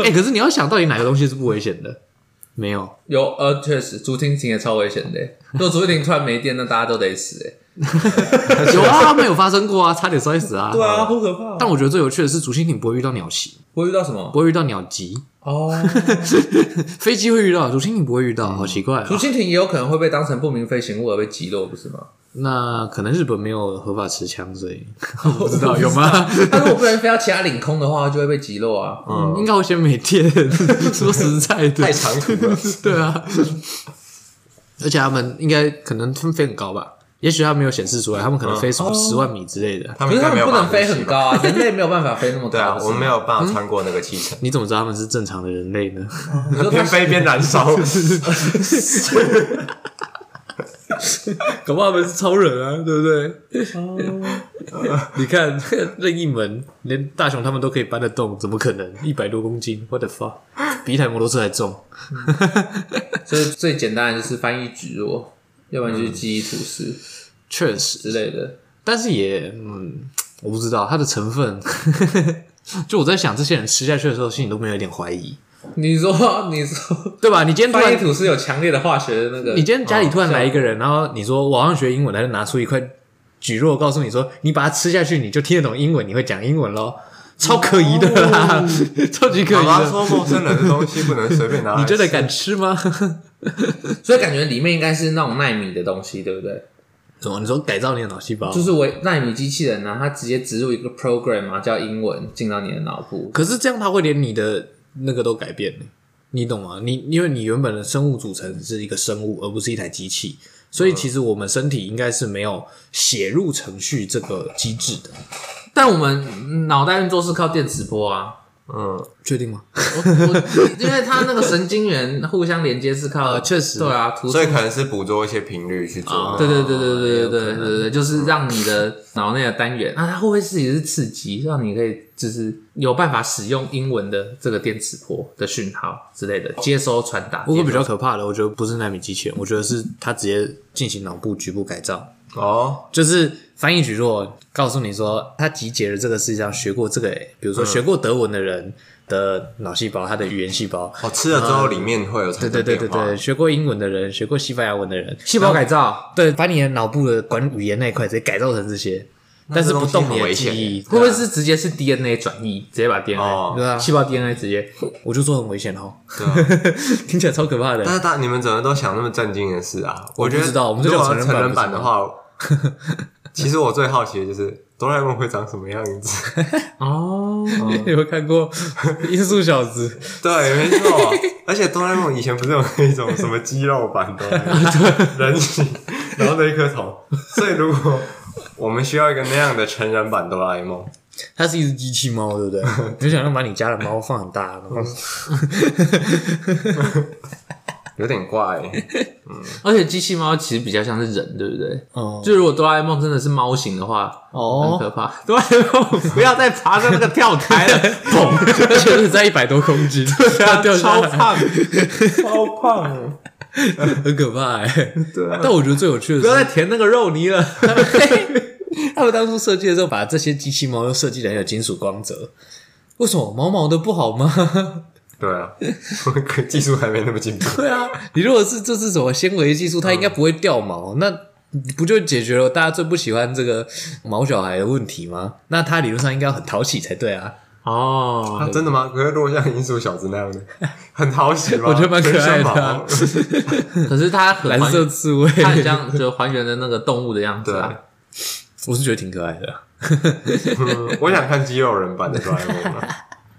Speaker 2: 哎、可是你要想到底哪个东西是不危险的？没有，
Speaker 1: 有呃，确实竹蜻蜓也超危险的欸。如果竹蜻蜓突然没电，那大家都得死哎。
Speaker 2: 有啊，他们有发生过啊，差点摔死啊。
Speaker 1: 对啊，好可怕哦！
Speaker 2: 但我觉得最有趣的是，竹蜻蜓不会遇到鸟袭，
Speaker 1: 我遇到什么？
Speaker 2: 不会遇到鸟击，
Speaker 1: 哦，
Speaker 2: 飞机会遇到，竹蜻蜓不会遇到，好奇怪、啊
Speaker 1: 竹。蜻蜓也有可能会被当成不明飞行物而被击落，不是吗？
Speaker 2: 那可能日本没有合法持枪，所 以我不知道有吗？
Speaker 1: 它如果不能飞到其他领空的话，就会被击落啊。
Speaker 2: 嗯应该会先没电。 说实在的，
Speaker 3: 太 长途了。
Speaker 2: 对啊，而且他们应该可能他们飞很高吧？也许他没有显示出来，他们可能飞什么十万米之类的。
Speaker 1: 可
Speaker 3: 他们
Speaker 1: 是
Speaker 3: 应
Speaker 1: 他
Speaker 3: 该
Speaker 1: 们
Speaker 3: 没有
Speaker 1: 不
Speaker 3: 办
Speaker 1: 能
Speaker 3: 法
Speaker 1: 飞
Speaker 3: 呼吸
Speaker 1: 很
Speaker 3: 吧
Speaker 1: 高啊，人类没有办法飞那么高。
Speaker 3: 对啊，
Speaker 1: 不是
Speaker 3: 我
Speaker 1: 吗
Speaker 3: 们没。有办法穿过那个气层，
Speaker 2: 你怎么知道他们是正常的人类呢？
Speaker 1: 你说
Speaker 3: 边
Speaker 1: 它
Speaker 3: 飞边燃 烧。
Speaker 2: 搞不好他们是超人啊，对不对？ 你看任意门，连大雄他们都可以搬得动，怎么可能？一百多公斤，what the fuck，比一台摩托车还重。
Speaker 1: 所以最简单的就是翻译植弱，要不然就是记忆吐司
Speaker 2: 确实，
Speaker 1: 之类的。
Speaker 2: 但是也嗯，我不知道它的成分。 就我在想，这些人吃下去的时候，心里都没有一点怀疑，
Speaker 1: 你说，你说，
Speaker 2: 对吧？你今天突
Speaker 1: 翻译
Speaker 2: 然
Speaker 1: 吐司有强烈的化学的那个，
Speaker 2: 你今天家里突然来一个人，然后你说我哦好像学英文，他就拿出一块蒟蒻，告诉你说你把它吃下去，你就听得懂英文，你会讲英文咯。超可疑的啦， 超级可
Speaker 3: 妈
Speaker 2: 疑
Speaker 3: 妈
Speaker 2: 的。
Speaker 3: 说陌生人的东西不能随便拿来吃，
Speaker 2: 你真的敢吃 吗？
Speaker 1: 所以感觉里面应该是那种纳米的东西，对不对？
Speaker 2: 怎么？你说改造你的脑细胞？
Speaker 1: 就是为纳米机器人呢、啊它直接植入一个 program 啊，叫英文进到你的脑部。
Speaker 2: 可是这样，它会连你的那个都改变呢你懂吗？你因为你原本的生物组成是一个生物，而不是一台机器，所以其实我们身体应该是没有写入程序这个机制的，
Speaker 1: 但我们脑袋运作是靠电磁波啊，
Speaker 3: 嗯，
Speaker 2: 确定吗？
Speaker 1: 我 因为它那个神经元互相连接是靠，
Speaker 2: 呃确实
Speaker 1: 对啊，图啊
Speaker 3: 所以可能是捕捉一些频率去做。
Speaker 1: 哦对对对对对对对对对，就是让你的脑内的单元，哦啊那、它会不会是也是刺激，让你可以就是有办法使用英文的这个电磁波的讯号之类的接收传达？
Speaker 2: 不过比
Speaker 1: 接收
Speaker 2: 较可怕的，我觉得不是纳米机器人，我觉得是它直接进行脑部局部改造，
Speaker 3: 哦，
Speaker 2: 就是翻译局若告诉你说，它集结了这个世界上学过这个，比如说学过德文的人的脑细胞，它的语言细胞。
Speaker 3: 我哦吃了之后里面会有产
Speaker 2: 对
Speaker 3: 生
Speaker 2: 对对对
Speaker 3: 变化
Speaker 2: 对，，学过英文的人，学过西班牙文的人，
Speaker 1: 细胞改造，
Speaker 2: 对，把你的脑部的管语言那一块直接改造成这些，但是不动你的记忆，
Speaker 1: 会
Speaker 2: 会
Speaker 1: 不会是直接是 DNA 转移，直接把 DNA、
Speaker 3: 哦
Speaker 2: 对啊
Speaker 1: 细胞 DNA 直接？
Speaker 2: 我就说很危险哦，
Speaker 3: 对啊。
Speaker 2: 听起来超可怕
Speaker 3: 但
Speaker 2: 的。
Speaker 3: 是大你们怎么都想那么震惊的事啊？我觉
Speaker 2: 不
Speaker 3: 得
Speaker 2: 知道我们这
Speaker 3: 如
Speaker 2: 叫
Speaker 3: 果
Speaker 2: 成人版
Speaker 3: 成人
Speaker 2: 不是
Speaker 3: 版的话， 其实我最好奇的就是哆啦 A 梦会长什么样子。
Speaker 1: 哦，
Speaker 2: 你 有没有看过 《音速小子》？
Speaker 3: 对，没错。而且哆啦 A 梦以前不是有那种什么肌肉版 的人形，然后那一颗头。所以如果我们需要一个那样的成人版哆啦 A 梦，
Speaker 2: 它是一只机器猫，对不对？你就想象把你家的猫放很大，然后
Speaker 3: 有点怪、
Speaker 1: 而且机器猫其实比较像是人，对不对？
Speaker 2: 哦
Speaker 1: 就如果哆啦 A 梦真的是猫型的话，很
Speaker 2: 哦，
Speaker 1: 可怕。 哆啦 A 梦不要再爬上那个跳台 了，砰！
Speaker 2: 确实在一百多公斤，对啊，掉下
Speaker 1: 超
Speaker 2: 来
Speaker 1: 胖，
Speaker 3: 超胖。
Speaker 2: 很可怕哎。
Speaker 3: 对啊，
Speaker 2: 但我觉得最有趣的
Speaker 1: 不要
Speaker 2: 是，
Speaker 1: 再填那个肉泥了。
Speaker 2: 他们当 初设计的时候，把这些机器猫又设计的很有金属光泽。为什么毛毛的不好吗？
Speaker 3: 对啊，我们技术还没那么进步。
Speaker 2: 对啊，你如果是这是什么纤维技术，它应该不会掉毛，那不就解决了大家最不喜欢这个毛小孩的问题吗？那它理论上应该要很讨喜才对啊。
Speaker 1: 哦
Speaker 3: 啊，，真的吗？可是如果像《音速小子》那样的，很讨喜吗？
Speaker 2: 我觉得蛮可爱的啊
Speaker 3: 全身毛
Speaker 1: 可是它很
Speaker 2: 蓝
Speaker 1: 还
Speaker 2: 色，刺猬，
Speaker 1: 它很像就还原的那个动物的样子啊。
Speaker 2: 我是觉得挺可爱的啊。
Speaker 3: 嗯我想看肌肉人版的哆啦 A 梦 啊，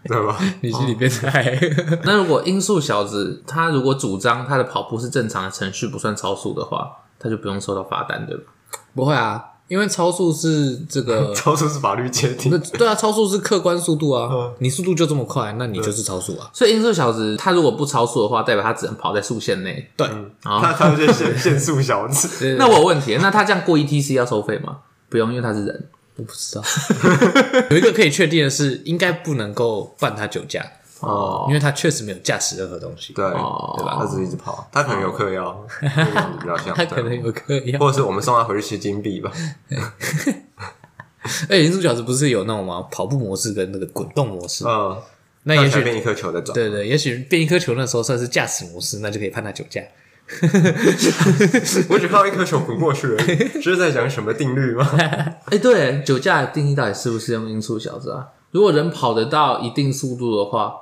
Speaker 3: 对吧？，
Speaker 2: 你心里变态。
Speaker 1: 那如果音速小子他如果主张他的跑步是正常的程序，不算超速的话，他就不用收到罚单，对吧？
Speaker 2: 不会啊，因为超速是这个
Speaker 3: 超出是法律界
Speaker 2: 那
Speaker 3: 定，
Speaker 2: 对啊，超速是客观速度啊
Speaker 3: 嗯。
Speaker 2: 你速度就这么快，那你就是超速啊。
Speaker 1: 所以音速小子他如果不超速的话，代表他只能跑在速限内。
Speaker 2: 对，
Speaker 1: 啊，
Speaker 3: 那他们就限限速小子。
Speaker 2: 对
Speaker 1: 那我有问题，那他这样过 ETC 要收费吗？不用，因为他是人。
Speaker 2: 我不知道。有一个可以确定的是，应该不能够办他酒驾，
Speaker 1: 哦
Speaker 2: 因为他确实没有驾驶任何东西。
Speaker 3: 对，
Speaker 1: 哦
Speaker 3: 对吧？他只是一直跑，他可能有
Speaker 2: 哦
Speaker 3: 嗑药， 那个样子比较 像。
Speaker 2: 他可能
Speaker 3: 对
Speaker 2: 有嗑药。
Speaker 1: 啊
Speaker 3: 或者是我们送他回去吃金币吧。
Speaker 1: 啊
Speaker 2: 哎，银珠饺子不是有那种吗？跑步模式跟那个滚动模式，
Speaker 3: 嗯，
Speaker 2: 那也
Speaker 3: 才
Speaker 2: 许
Speaker 3: 变一颗球的转。
Speaker 2: 对对，也许变一颗球那时候算是驾驶模式，那就可以判他酒驾。
Speaker 3: 我只看到一颗球滚过去 而已，这是在讲什么定律吗？
Speaker 1: 哎、对，酒驾的定义到底是不是用音速小子啊？如果人跑得到一定速度的话，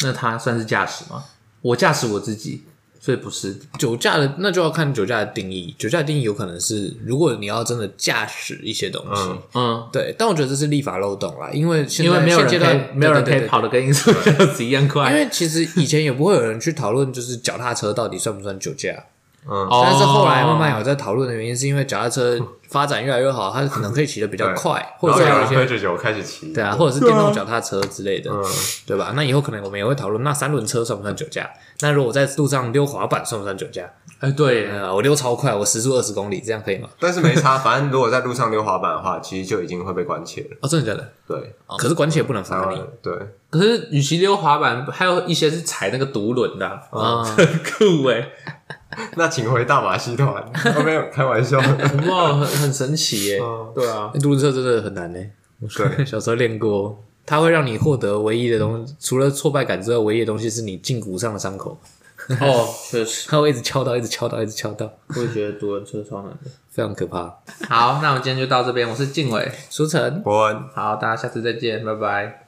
Speaker 1: 那他算是驾驶吗？我驾驶我自己，所以不是。
Speaker 2: 酒驾的那就要看酒驾的定义，酒驾的定义有可能是如果你要真的驾驶一些东西，
Speaker 3: 嗯
Speaker 1: 嗯，
Speaker 2: 对，但我觉得这是立法漏洞啦，因为现
Speaker 1: 因
Speaker 2: 在
Speaker 1: 为没有
Speaker 2: 现阶
Speaker 1: 人可
Speaker 2: 段
Speaker 1: 以，没有人可
Speaker 2: 对
Speaker 1: 以。跑得跟音速小子一样
Speaker 2: 对对对因
Speaker 1: 快。
Speaker 2: 为其实以前也不会有人去讨论，就是脚踏车到底算不算酒驾，
Speaker 3: 嗯，
Speaker 1: 哦
Speaker 2: 但是后来慢慢有在讨论的原因，是因为脚踏车发展越来越好，它可能可以骑得比较
Speaker 3: 对啊
Speaker 2: 快， 或
Speaker 3: 然后
Speaker 2: 者
Speaker 3: 有
Speaker 2: 有一
Speaker 3: 人
Speaker 2: 些
Speaker 3: 喝着酒开始骑，
Speaker 2: 对啊，或者是电动脚踏车之类的，
Speaker 3: 嗯，
Speaker 2: 对吧？那以后可能我们也会讨论，那三轮车算不算酒驾？那如果我在路上溜滑板算不算酒驾？
Speaker 1: 哎、对耶，
Speaker 2: 呃，我溜超快，我时速二十公里，这样可以吗？
Speaker 3: 但是没差，反正如果在路上溜滑板的话，其实就已经会被关切了。
Speaker 2: 哦，真的假的？
Speaker 3: 对，
Speaker 2: 可是关起也不能
Speaker 3: 台
Speaker 2: 罚你
Speaker 3: 湾对，
Speaker 1: 可是与其溜滑板，还有一些是踩那个独轮的啊、
Speaker 2: 啊！
Speaker 1: 很酷哎，
Speaker 3: 那请回大马戏团， 哦没有开玩 笑，
Speaker 1: 哇，很很神奇耶。
Speaker 3: 嗯
Speaker 1: 对啊，
Speaker 2: 独轮车真的很难呢、
Speaker 3: 对，
Speaker 2: 哦 小时候练过，它会让你获得唯一的东西，除了挫败感之外，唯一的东西是你胫骨上的伤口，
Speaker 1: 哦，确实，
Speaker 2: 它会一直敲到，一直敲到，一直敲到，
Speaker 1: 我也觉得独轮车超难 的。
Speaker 2: 非常可怕。
Speaker 1: 好，那我们今天就到这边，我是静伟，
Speaker 2: 舒晨，
Speaker 3: 伯恩。
Speaker 1: 好，大家下次再见，拜拜。